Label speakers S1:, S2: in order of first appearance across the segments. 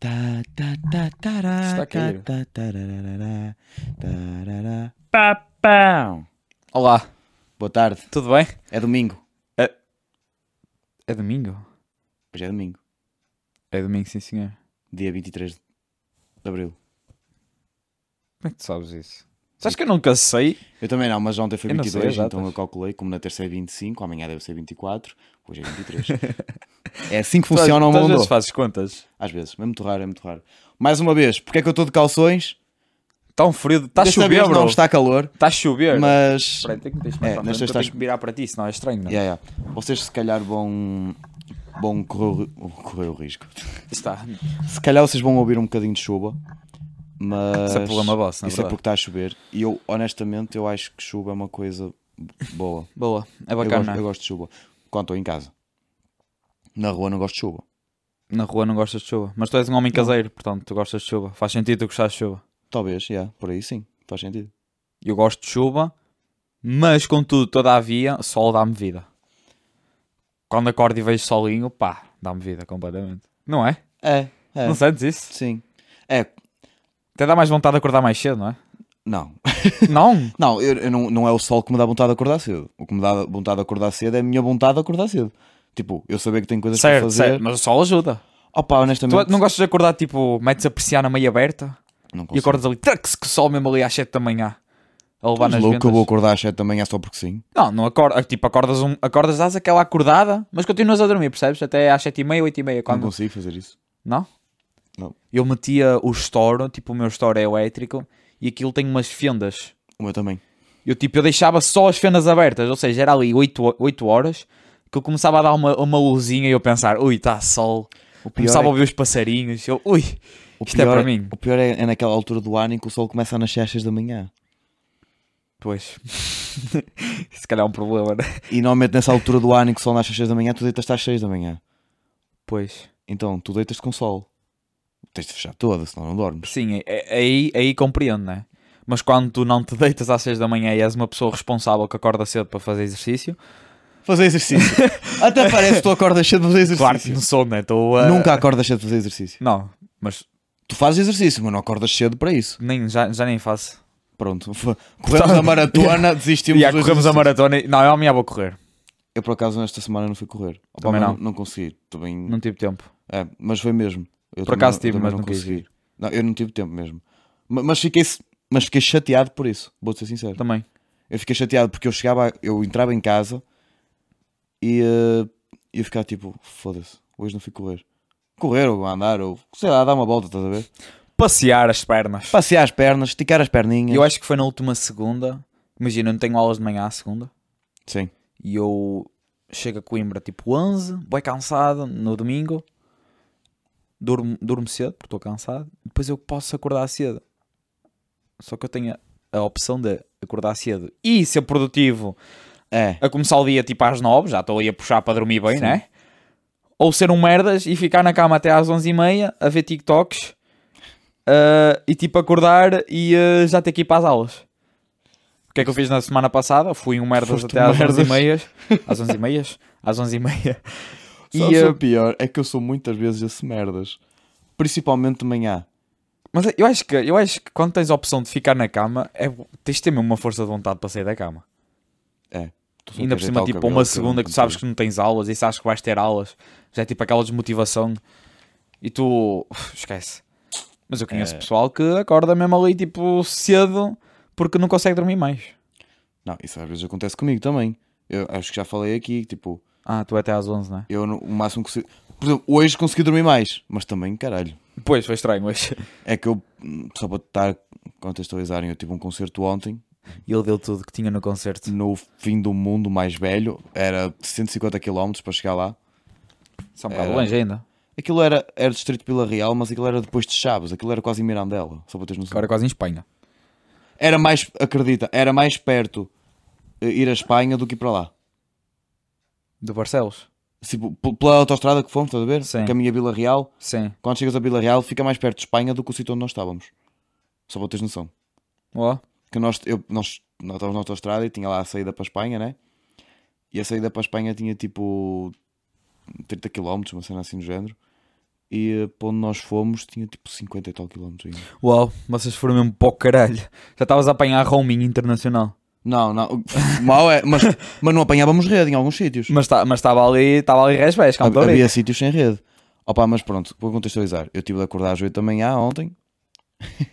S1: Tá, tá, tará,
S2: Estaqueiro.
S1: tá, tá, tararará, tarará.
S2: Papão! Olá,
S1: Boa tarde,
S2: tudo bem?
S1: é domingo.
S2: É domingo?
S1: Hoje é domingo,
S2: É domingo, sim senhor.
S1: dia 23 de abril.
S2: Como é que tu sabes isso? Sabes que eu nunca sei?
S1: Eu também não, mas ontem foi
S2: Eu não sei
S1: 22,
S2: as datas.
S1: então eu calculei, como na terça é 25, amanhã deve ser 24, hoje é 23. é assim que funciona o
S2: Tu às
S1: mundo.
S2: vezes fazes contas.
S1: Às vezes, é muito raro, é muito raro. Mais uma vez, porque é que eu estou de calções?
S2: Está um frio, está a
S1: Desta
S2: chover,
S1: vez
S2: bro.
S1: não está calor,
S2: Está Tá a chover.
S1: mas...
S2: Espera aí, tenho que deixar
S1: É,
S2: mais para a frente,
S1: deixa
S2: eu
S1: estar-
S2: tenho que virar para ti, senão é estranho, não é?
S1: Yeah, yeah. Vocês se calhar vão, vão correr, o- correr o risco.
S2: Está.
S1: Se calhar vocês vão ouvir um bocadinho de chuva, mas.
S2: Isso é problema vosso, na
S1: Isso é
S2: verdade.
S1: porque está a chover. E eu, honestamente, eu acho que chuva é uma coisa boa.
S2: Boa, é
S1: Eu gosto,
S2: bacana.
S1: eu gosto de chuva. Quando estou em casa. Na rua não gosto de chuva.
S2: Na rua não gostas de chuva, mas tu és um homem caseiro, portanto tu gostas de chuva. Faz sentido tu gostares de chuva.
S1: Talvez, já, por aí sim, faz sentido.
S2: Eu gosto de chuva, mas contudo, todavia, o sol dá-me vida. Quando acordo e vejo solinho, pá, dá-me vida completamente. Não é?
S1: É, é.
S2: Não sentes isso?
S1: Sim. É,
S2: Até dá mais vontade de acordar mais cedo, não é?
S1: não.
S2: não?
S1: Não, eu, eu não, não é o sol que me dá vontade de acordar cedo. O que me dá vontade de acordar cedo é a minha vontade de acordar cedo. Tipo, eu saber que tenho coisas para
S2: Certo,
S1: fazer.
S2: certo, mas o sol ajuda.
S1: Opa,
S2: Tu é-
S1: honestamente.
S2: não gostas de acordar, tipo, metes a persiana meio aberta
S1: não
S2: e acordas ali, trax, que o sol mesmo ali às 7 da manhã. A levar
S1: Estás
S2: nas
S1: louco,
S2: ventas.
S1: eu vou acordar às 7 da manhã só porque sim.
S2: Não, não acordas, tipo, acordas, um, acordas, dás aquela acordada, mas continuas a dormir, percebes? Até às 7h30, 8h30,
S1: Não
S2: quando
S1: consigo fazer isso.
S2: Não?
S1: Não.
S2: Eu metia o store, tipo, o meu store é elétrico e aquilo tem umas fendas.
S1: O meu também.
S2: Eu, tipo, eu deixava só as fendas abertas, ou seja, era ali 8, horas que eu começava a dar uma, uma luzinha e eu pensar, ui, está sol.
S1: O pior
S2: Começava a
S1: é-
S2: ouvir os passarinhos, eu, ui,
S1: O
S2: isto é
S1: pior
S2: para mim.
S1: O pior é, é naquela altura do ano em que o sol começa a nascer às 6 da manhã.
S2: Pois, se calhar é um problema, né?
S1: E normalmente nessa altura do ano em que o sol nasce às 6 da manhã, tu deitas-te às 6 da manhã.
S2: Pois,
S1: Então, tu deitas-te com sol. Tens de fechar toda, senão não dormes.
S2: sim, é- é- aí, aí compreendo, né? Mas quando tu não te deitas às 6 da manhã e és uma pessoa responsável que acorda cedo para fazer exercício,
S1: Fazer exercício. Até parece que tu acordas cedo para fazer
S2: claro que
S1: exercício.
S2: não sou, né? Estou a...
S1: Nunca acordas cedo para fazer exercício.
S2: Não, mas
S1: Tu fazes exercício, mas não acordas cedo para isso.
S2: Nem, já, já nem faço.
S1: Pronto. f- Corremos a maratona, desistimos
S2: E
S1: do
S2: corremos a
S1: exercício.
S2: maratona. e- Não, eu amanhã vou correr.
S1: Eu por acaso nesta semana não fui correr. Opa,
S2: Também
S1: mas
S2: não.
S1: Não consegui. Também
S2: Não tive tempo.
S1: É, mas foi mesmo. Eu
S2: Por
S1: também
S2: acaso
S1: não-
S2: tive,
S1: também
S2: mas não quis
S1: consegui. Não, eu não tive tempo mesmo. Ma- Mas, fiquei, mas fiquei chateado por isso, vou ser sincero.
S2: Também.
S1: Eu fiquei chateado porque eu chegava, a- eu entrava em casa e eh, ia ficar tipo, foda-se, hoje não fui correr. Correr ou andar ou sei lá, dar uma volta, estás a ver?
S2: Passear as pernas.
S1: Passear as pernas, esticar as perninhas.
S2: Eu acho que foi na última segunda. Imagina, eu não tenho aulas de manhã à segunda.
S1: Sim,
S2: E eu chego a Coimbra tipo 11, bem cansado, no domingo. Durmo, durmo cedo, porque estou cansado. Depois eu posso acordar cedo. Só que eu tenho a- a opção de acordar cedo e ser produtivo
S1: é.
S2: a começar o dia tipo às 9, já estou ali a puxar para dormir bem, né? Ou ser um merdas e ficar na cama até às 11h30 a ver TikToks ah, e tipo acordar e ah, já ter que ir para as aulas. O que é que eu fiz na semana passada? Fui um merdas
S1: Foste
S2: até
S1: um
S2: às
S1: merdas.
S2: 11h30. Às 11h30? Às 11h30.
S1: E
S2: E,
S1: o
S2: ah,
S1: pior é que eu sou muitas vezes esse merdas. Principalmente de manhã.
S2: mas eu acho, que, eu acho que quando tens a opção de ficar na cama, é, tens de ter mesmo uma força de vontade para sair da cama.
S1: Tu só
S2: Ainda por
S1: queres
S2: cima,
S1: deitar o
S2: tipo,
S1: cabelo,
S2: uma
S1: que eu
S2: segunda
S1: não
S2: que tu sabes
S1: consigo.
S2: que não tens aulas e sabes que vais ter aulas, já é tipo aquela desmotivação e tu uf, esquece. Mas eu conheço pessoal que acorda mesmo ali, tipo, cedo porque não consegue dormir mais.
S1: Não, isso às vezes acontece comigo também. Eu acho que já falei aqui, tipo,
S2: Ah, tu é até às 11, não é?
S1: eu no, o máximo que. se- Por exemplo, hoje consegui dormir mais, mas também, caralho.
S2: Pois, foi estranho, mas.
S1: É que eu, hum, só para te estar contextualizarem, eu tive um concerto ontem,
S2: E ele deu tudo que tinha no concerto.
S1: no fim do mundo mais velho, era 150 km para chegar lá.
S2: Só um bocado
S1: Era.
S2: longe ainda.
S1: Aquilo era, era distrito de Vila Real, mas aquilo era depois de Chaves, aquilo era quase em Mirandela, só para teres noção.
S2: Agora é quase em Espanha.
S1: Era mais, acredita, era mais perto eh, ir à Espanha do que ir para lá.
S2: Do Barcelos?
S1: Tipo, p- pela autostrada que fomos, estás a ver?
S2: Sim.
S1: Caminho a Vila Real,
S2: Sim.
S1: quando chegas a Vila Real, fica mais perto de Espanha do que o sítio onde nós estávamos. Só para teres noção.
S2: Ó.
S1: Que nós, eu, nós, nós estávamos na autostrada e tinha lá a saída para a Espanha, né? E a saída para a Espanha tinha tipo 30 km, uma cena assim do género. E eh, para onde nós fomos tinha tipo 50 e tal quilómetros ainda.
S2: Uau, vocês foram mesmo para o caralho. Já estavas a apanhar roaming internacional.
S1: Não, não, mal é, mas, mas não apanhávamos rede em alguns sítios.
S2: Mas tá- mas estava ali, estava ali resbés,
S1: Hab-
S2: calma
S1: Havia sítios sem rede. Opa, mas pronto, vou contextualizar. Eu tive de acordar às 8 da manhã ontem.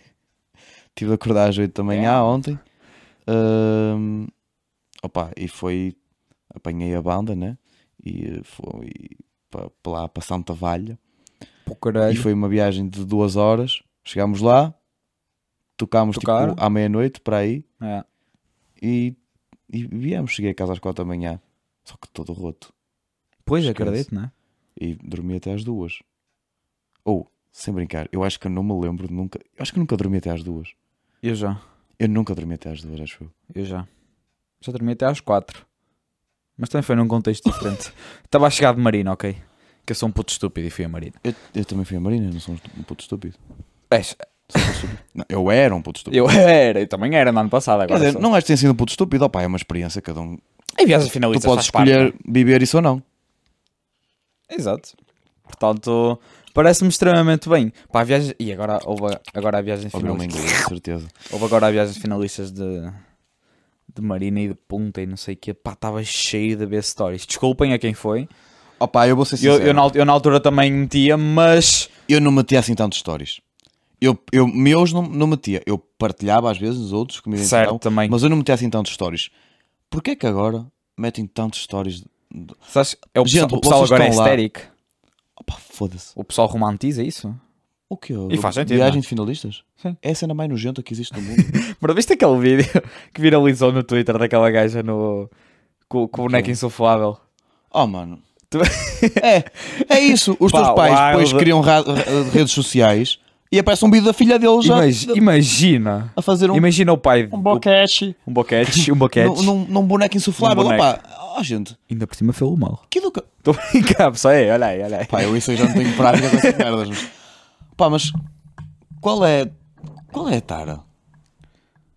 S1: tive de acordar às 8 da manhã ontem. Ahm, opa, e foi. Apanhei a banda, né? E eh, foi para lá para Santa Valha.
S2: Para o
S1: E
S2: caralho.
S1: foi uma viagem de duas horas. Chegámos lá, tocámos tipo,
S2: Tocaram.
S1: à meia-noite para aí
S2: É.
S1: e, e viemos. Cheguei a casa às 4 da manhã, só que todo roto.
S2: Pois,
S1: Esquece.
S2: acredito, não é?
S1: e dormi até às duas. Ou, sem brincar, eu acho que eu não me lembro de nunca. Eu acho que nunca dormi até às duas.
S2: Eu já,
S1: Eu nunca dormi até às duas, acho eu.
S2: eu já. Já dormi até às quatro. Mas também foi num contexto diferente. Estava a chegar de marina, ok? Que eu sou um puto estúpido e fui a marina.
S1: Eu, eu também fui a Marina, não sou um estu- um puto estúpido.
S2: És,
S1: Sou um puto estúpido. Não, eu era um puto estúpido.
S2: Eu era, eu também era no ano passado.
S1: Quer
S2: Agora
S1: dizer,
S2: sou.
S1: não acho que tenha sido um puto estúpido, opá, é uma experiência, cada um.
S2: E viagens
S1: Tu
S2: finalistas.
S1: podes
S2: faz parte, é?
S1: escolher viver isso ou não.
S2: Exato. Portanto, parece-me extremamente bem. Pá, a viagem... E agora houve a- agora a viagem
S1: Ou não me
S2: finalista.
S1: de certeza.
S2: Houve agora a viagens finalistas de, de Marina e de Punta e não sei o que. Pá, estava cheio de ver stories. Desculpem a quem foi.
S1: Opá, eu vou ser
S2: Eu,
S1: sincero.
S2: eu, na, al- eu na altura também metia, mas
S1: eu não metia assim tantos stories. Eu, eu, meus não, não metia. Eu partilhava às vezes os outros comigo
S2: Certo, também.
S1: Mas eu não metia assim tantos stories. Porquê é que agora metem tantos stories? de-
S2: sabes, é o,
S1: Gente,
S2: pessoal- o pessoal
S1: vocês
S2: agora é
S1: estão lá.
S2: estérico.
S1: Opá, foda-se.
S2: O pessoal romantiza isso.
S1: O que é?
S2: E faz sentido, não
S1: Viagem
S2: é?
S1: de finalistas?
S2: Sim.
S1: É a cena mais nojenta que existe no mundo.
S2: Bro, viste aquele vídeo que viralizou no Twitter daquela gaja no, com, com o boneco insuflável?
S1: oh, mano.
S2: Tu-
S1: É, é isso. Os
S2: Pá,
S1: teus pais depois
S2: wild.
S1: criam ra- ra- redes sociais e aparece um vídeo da filha dele já
S2: Imag- imagina.
S1: a fazer um,
S2: Imagina o pai.
S1: um boquete
S2: Um boquete. Um boquete.
S1: num, num- num boneco insuflável.
S2: Num boneco.
S1: Opa, oh, gente.
S2: Ainda por cima foi o mal.
S1: Que do ca-
S2: Estou a brincar, pessoal. Ei, é, olha aí, olha aí.
S1: Pá, eu isso aí já não tenho prática com essas merdas. Mas... Pá, mas qual é. Qual é a tara?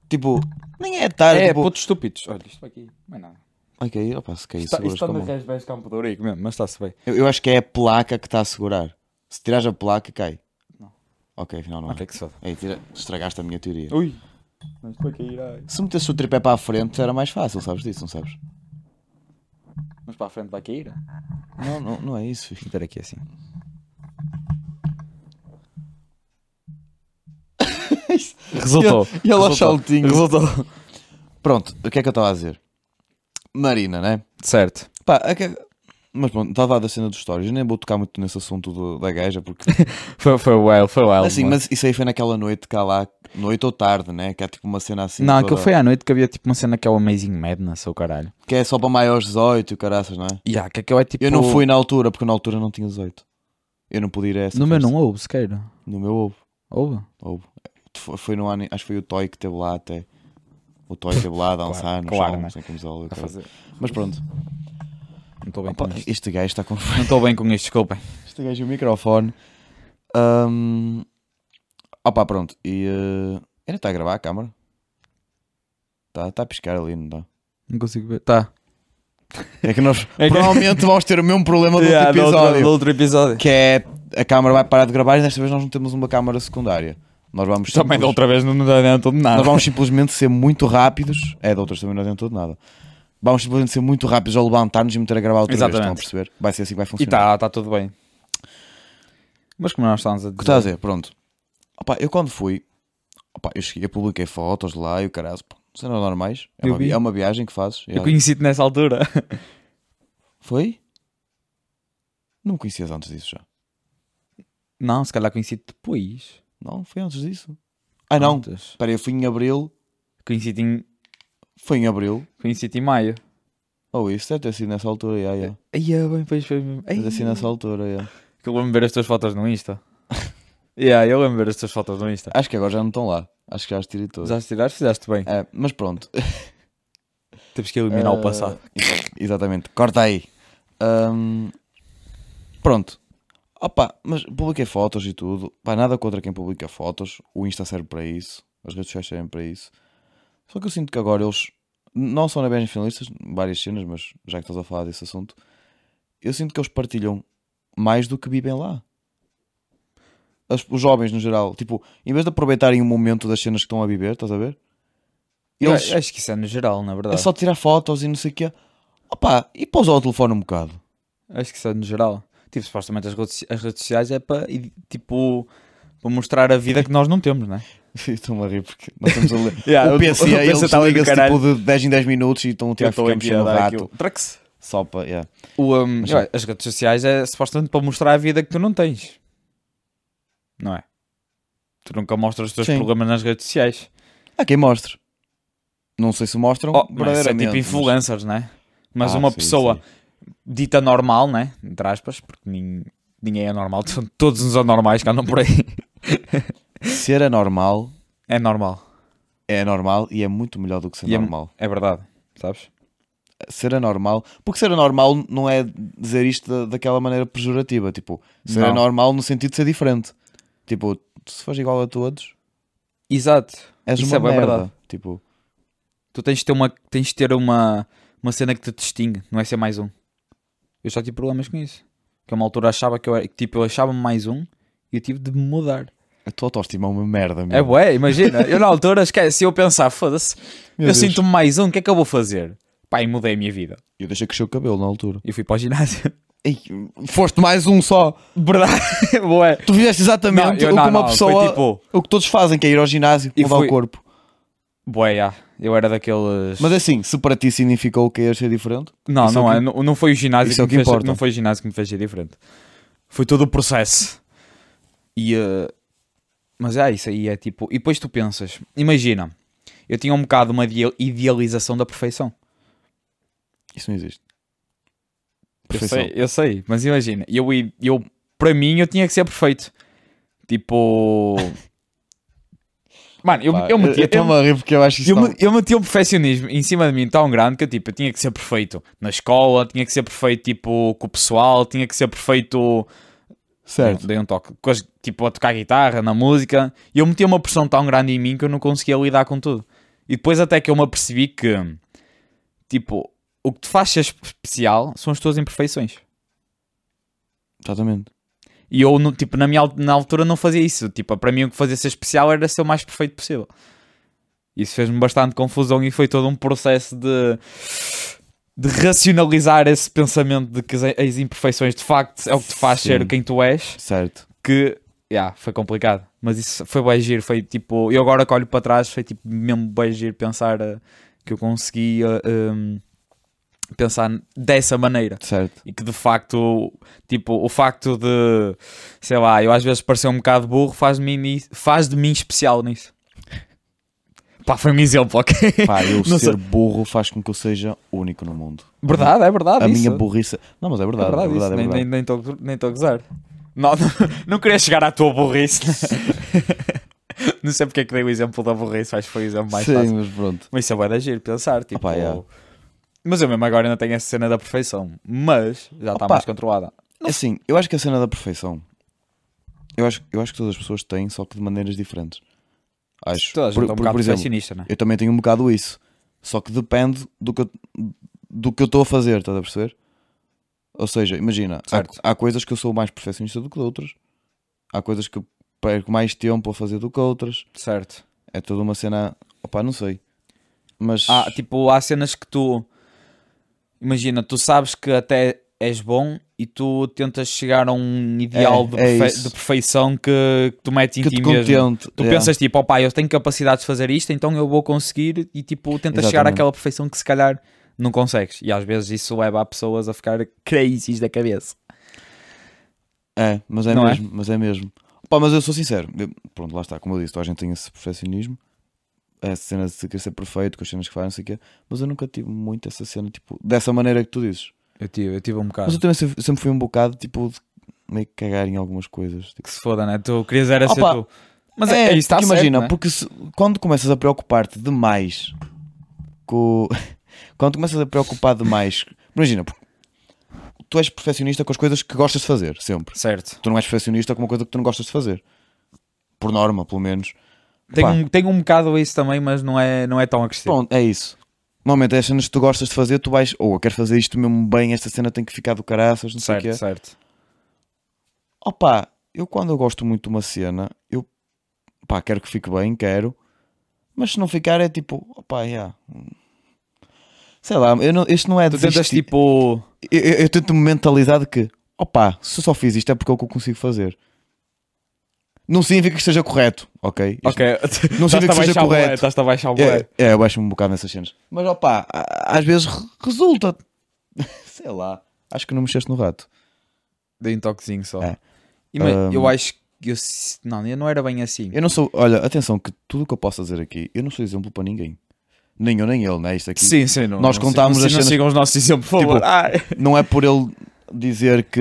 S1: Tipo, nem é tara.
S2: é,
S1: tipo...
S2: putos estúpidos. Olha, isto aqui. Não é nada.
S1: Ok, opa, se tá cair,
S2: Isto está-
S1: seguras
S2: isto
S1: com
S2: tá está
S1: a
S2: no
S1: mão.
S2: Resbés Campo de Ourique um mesmo, mas está-se bem.
S1: Eu, eu acho que é a placa que está a segurar. Se tirares a placa, cai. Ok, afinal não é.
S2: Até que se foda.
S1: Ei, tira- Estragaste a minha teoria.
S2: Ui. Mas estou a cair, ai.
S1: Se metesse o tripé para a frente era mais fácil, sabes disso, não sabes?
S2: Mas para a frente vai cair. Vou
S1: Não, não, não é isso. filho.
S2: meter aqui assim. Resultou.
S1: E ela aos
S2: Resultou.
S1: saltinhos.
S2: Resultou.
S1: Pronto, o que é que eu estava a dizer? Marina, né?
S2: Certo.
S1: Pá, a que- mas pronto, estava a da cena dos stories. Eu nem vou tocar muito nesse assunto do- da gaja, porque.
S2: É Foi, foi wild, foi wild.
S1: assim,
S2: mano.
S1: mas isso aí foi naquela noite cá lá, noite ou tarde, né? Que há tipo uma cena assim.
S2: não,
S1: toda-
S2: aquilo foi à noite que havia tipo uma cena que é o Amazing Madness, ou caralho.
S1: Que é só para maiores 18 e o caraças, não é?
S2: E há, que aquilo é tipo.
S1: Eu não fui na altura, porque na altura não tinha 18. Eu não podia ir a essa.
S2: No meu
S1: festa.
S2: não houve sequer.
S1: No meu houve.
S2: Houve?
S1: houve. Foi- Foi no ano, acho que foi o Toy que teve lá até. O Toy que teve lá a dançar no
S2: claro,
S1: chão,
S2: né?
S1: sem camisola.
S2: A
S1: cara.
S2: fazer.
S1: Mas pronto,
S2: Não estou bem
S1: Opa,
S2: com isto.
S1: este gajo está com.
S2: Não estou bem com isto, desculpem.
S1: Este gajo e o microfone. Ahm, Opa, pronto. E. eh, Ainda está a gravar a câmara? Está tá a piscar ali, não está?
S2: Não consigo ver. Tá.
S1: É que nós
S2: É que-
S1: provavelmente vamos ter o mesmo problema do
S2: Yeah,
S1: outro
S2: do outro-
S1: episódio.
S2: do outro episódio.
S1: Que é a câmara vai parar de gravar e desta vez nós não temos uma câmara secundária. Nós vamos
S2: Também da
S1: simples-
S2: outra vez não nos adiantou de nada.
S1: Nós vamos simplesmente ser muito rápidos. É, de outras também não adiantou de nada. Vamos simplesmente ser muito rápidos ao levantar-nos e meter a gravar outra vez. Estão a
S2: Exatamente.
S1: perceber? Vai ser assim que vai
S2: E
S1: funcionar.
S2: está tá tudo bem. Mas como nós estamos a
S1: O que estás a
S2: dizer.
S1: dizer? Pronto. Opa, eu quando fui, opa, eu, cheguei, eu publiquei fotos lá e o caralho. pô, Cenas normais. É
S2: Eu
S1: uma, vi-
S2: vi.
S1: é uma viagem que fazes.
S2: Eu
S1: já.
S2: conheci-te nessa altura.
S1: Foi? Não me conhecias antes disso já.
S2: Não, se calhar conheci-te depois.
S1: Não, foi antes disso. Ah, não.
S2: Antes.
S1: Espera, eu fui em abril.
S2: Conheci-te em,
S1: Foi em abril.
S2: conheci em maio.
S1: Ou isso, deve ter sido nessa altura. Já, já.
S2: Ai, é bem, pois foi mesmo. Ai,
S1: Deve ter sido nessa altura. já.
S2: assim, que eu lembro de ver as tuas fotos no Insta. yeah, eu lembro de ver as tuas fotos no Insta.
S1: Acho que agora já não estão lá. Acho que já as tirei todas.
S2: Já as tiraste, fizeste bem.
S1: É, mas pronto.
S2: Temos que eliminar
S1: Ah,
S2: o passado.
S1: exa- Exatamente. Corta aí. Ahm, pronto. Opa, mas publiquei fotos e tudo. Pá, nada contra quem publica fotos. O Insta serve para isso. As redes sociais servem para isso. Só que eu sinto que agora eles, não só na Bem Finalistas, várias cenas, mas já que estás a falar desse assunto, eu sinto que eles partilham mais do que vivem lá. as- os jovens no geral, tipo, em vez de aproveitarem o momento das cenas que estão a viver, estás a ver?
S2: Eu
S1: Eles
S2: acho que isso é no geral, na
S1: é
S2: verdade.
S1: só tirar fotos e não sei o quê. Opa, e pousar o telefone um bocado.
S2: Acho que isso é no geral. Tipo, supostamente as redes, as redes sociais é para, e, tipo, para mostrar a vida que nós não temos, né?
S1: Estou-me a rir porque nós estamos a ler.
S2: Yeah,
S1: o
S2: o-
S1: PC,
S2: o PC
S1: eles
S2: tá ali do
S1: ligam-se
S2: caralho.
S1: tipo de 10 em 10 minutos e estão a tirar ficamos
S2: um
S1: no rato. Só para, yeah.
S2: O, um,
S1: Mas
S2: eu- as redes sociais é supostamente para mostrar a vida que tu não tens. Não é? Tu nunca mostras os teus
S1: Sim.
S2: problemas nas redes sociais.
S1: Há quem mostre. Não sei se mostram.
S2: Oh, mas isso é
S1: verdadeiramente,
S2: tipo influencers, não é? Mas
S1: Ah,
S2: uma
S1: sim,
S2: pessoa
S1: sim.
S2: dita normal, né? Entre aspas, porque nin- ninguém é normal, são todos os anormais que andam por aí.
S1: Ser anormal
S2: É normal.
S1: é normal e é muito melhor do que ser
S2: E é-
S1: normal.
S2: É verdade, sabes?
S1: Ser anormal. Porque ser anormal não é dizer isto da- daquela maneira pejorativa. Tipo, ser
S2: Não.
S1: anormal no sentido de ser diferente. Tipo, se fores igual a todos,
S2: Exato.
S1: és
S2: Isso
S1: uma
S2: é bem
S1: merda.
S2: verdade.
S1: Tipo,
S2: Tu tens de ter, uma, tens de ter uma, uma cena que te distingue, não é ser mais um. Eu já tive problemas com isso. Que a uma altura achava que eu era, que, tipo, eu achava mais um e eu tive de me mudar.
S1: a tua autoestima é uma merda. meu.
S2: É bué, imagina. Eu na altura, esquece, se eu pensar, foda-se, eu
S1: Meu Deus.
S2: sinto-me mais um, o que é que eu vou fazer? Pá, e mudei a minha vida.
S1: Eu deixei crescer o cabelo na altura.
S2: E fui para o ginásio.
S1: Ei, foste mais um só.
S2: Verdade, bué.
S1: Tu fizeste
S2: Não,
S1: exatamente
S2: eu
S1: o
S2: não,
S1: que uma
S2: não, foi
S1: pessoa.
S2: tipo-
S1: O que todos fazem, que é ir ao ginásio,
S2: E
S1: mudar
S2: foi-
S1: o corpo.
S2: Bué, já. Eu era daqueles...
S1: Mas assim, se para ti significou que ias ser diferente,
S2: Não,
S1: Isso
S2: não
S1: é o
S2: é.
S1: que-
S2: Não, não foi o ginásio
S1: isso é o
S2: me
S1: que
S2: fez-
S1: importa.
S2: Não foi o ginásio que me fez ser diferente. Foi todo o processo. E, eh, mas é isso aí, é tipo. E depois tu pensas, imagina, eu tinha um bocado uma idea- idealização da perfeição.
S1: isso não existe.
S2: Eu
S1: Perfeição.
S2: sei, eu sei, mas imagina, eu, i- eu para mim eu tinha que ser perfeito. Tipo. Mano, eu,
S1: Pá,
S2: eu metia. eu-
S1: estou-me a rir porque eu acho isso
S2: Eu,
S1: tão-
S2: me- eu meti um perfeccionismo em cima de mim tão grande que eu, tipo, eu tinha que ser perfeito na escola, tinha que ser perfeito tipo, com o pessoal, tinha que ser perfeito. tipo,
S1: Certo.
S2: Dei um toque, com as- tipo a tocar guitarra, na música. E eu meti uma pressão tão grande em mim que eu não conseguia lidar com tudo. E depois, até que eu me apercebi que, tipo, o que te faz ser especial são as tuas imperfeições.
S1: Exatamente.
S2: E eu, no- tipo, na minha al- na altura não fazia isso. Tipo, para mim o que fazia ser especial era ser o mais perfeito possível. Isso fez-me bastante confusão e foi todo um processo de, de racionalizar esse pensamento de que as, as imperfeições de facto é o que te faz ser
S1: Sim.
S2: quem tu és.
S1: Certo.
S2: Que, yeah, foi complicado. Mas isso foi bem giro. Foi tipo, eu agora que olho para trás, foi tipo mesmo bem giro pensar eh, que eu consegui eh, em, pensar dessa maneira.
S1: Certo.
S2: E que de facto, tipo, o facto de, sei lá, eu às vezes parecer um bocado burro faz de mim, ni- faz de mim especial nisso. Pá, foi um exemplo, ok?
S1: Pá, eu
S2: Não
S1: ser
S2: sei.
S1: burro faz com que eu seja único no mundo.
S2: Verdade, é verdade.
S1: A
S2: isso.
S1: minha burrice. Não, mas é
S2: É
S1: verdade. é
S2: verdade,
S1: verdade, é
S2: isso.
S1: verdade.
S2: Nem estou nem, tô a gozar. Não, não, não queria chegar à tua burrice. não sei porque é que dei o exemplo da burrice, acho que foi o exemplo mais
S1: Sim,
S2: fácil.
S1: mas pronto.
S2: Mas isso é bué de giro, pensar, tipo...
S1: Opa, é. yeah.
S2: Mas eu mesmo agora ainda tenho essa cena da perfeição. Mas já está
S1: Opa.
S2: mais controlada.
S1: Assim, eu acho que a cena da perfeição. Eu acho, eu acho que todas as pessoas têm, só que de maneiras diferentes. Acho.
S2: Toda a
S1: Por-
S2: gente é um
S1: por-
S2: bocado
S1: por exemplo,
S2: perfeccionista, não é?
S1: Eu também tenho um bocado isso. Só que depende do que eu, do que eu estou a fazer, estás a perceber? Ou seja, imagina,
S2: Certo.
S1: há, há coisas que eu sou mais perfeccionista do que outras, há coisas que eu perco mais tempo a fazer do que outras.
S2: Certo.
S1: É toda uma cena. Opá, não sei. Mas.
S2: Há, tipo, há cenas que tu imagina, tu sabes que até és bom e tu tentas chegar a um ideal
S1: É,
S2: de,
S1: é
S2: perfe-
S1: isso.
S2: de perfeição que, que tu metes em
S1: que
S2: ti
S1: te
S2: mesmo.
S1: contente. é.
S2: Tu
S1: yeah.
S2: pensas tipo, opá, eu tenho capacidade de fazer isto, então eu vou conseguir e tipo, tentas chegar
S1: Exatamente.
S2: àquela perfeição que se calhar não consegues. E às vezes isso leva a pessoas a ficar crazies da cabeça.
S1: É, mas é
S2: Não é?
S1: mesmo, mas é mesmo. Pá, mas eu sou sincero. eu- pronto, lá está, como eu disse, toda a gente tem esse perfeccionismo. Essa cena de querer ser perfeito, com as cenas que faz, não sei o quê. Mas eu nunca tive muito essa cena, tipo, dessa maneira que tu dizes.
S2: Eu tive, eu tive um bocado.
S1: Mas eu também se- sempre fui um bocado, tipo, de meio que cagar em algumas coisas. Tipo.
S2: Que se foda, né? Tu querias era ser
S1: Opa.
S2: tu. Mas é,
S1: porque
S2: isso, tá certo,
S1: imagina,
S2: né?
S1: porque se- quando começas a preocupar-te demais com... quando começas a preocupar demais... Imagina, porque tu és perfeccionista com as coisas que gostas de fazer, sempre.
S2: Certo.
S1: Tu não és perfeccionista com uma coisa que tu não gostas de fazer. Por norma, pelo menos.
S2: Tem
S1: Pá.
S2: um, tem um bocado isso também, mas não é, não é tão agressivo.
S1: Pronto, é isso. Normalmente, as cenas que tu gostas de fazer, tu vais... Ou eu quero fazer isto mesmo bem, esta cena tem que ficar do caraças, não sei o
S2: certo,
S1: que é.
S2: certo.
S1: Opa, eu quando eu gosto muito de uma cena, eu pá, quero que fique bem, quero, mas se não ficar é tipo, opá, yeah. sei lá, eu não, isto não é
S2: Tu tentas
S1: desistir.
S2: tipo.
S1: eu, eu- eu tento me mentalizar de que, opá, se eu só fiz isto é porque é o que eu consigo fazer. Não significa que esteja correto, ok? Isto
S2: Ok,
S1: Não significa
S2: estás-te a
S1: que seja
S2: baixar o
S1: correto.
S2: bué, Estás-te a baixar o bué.
S1: É, é, eu baixo-me um bocado nessas cenas. Mas opá, a- às vezes re- resulta. Sei lá. Acho que não mexeste no rato.
S2: Dei um toquezinho só.
S1: É.
S2: E, mas,
S1: Ahm.
S2: Eu acho que eu. se- Não, eu não era bem assim.
S1: Eu não sou. Olha, atenção, que tudo o que eu posso dizer aqui, eu não sou exemplo para ninguém. Nem eu, nem ele, né? Isto aqui.
S2: Sim, sim. Não,
S1: Nós
S2: não
S1: contámos
S2: sigam,
S1: as
S2: não
S1: cenas-
S2: sigam os nossos exemplos, por
S1: Tipo,
S2: favor. Ai.
S1: Não é por ele dizer que,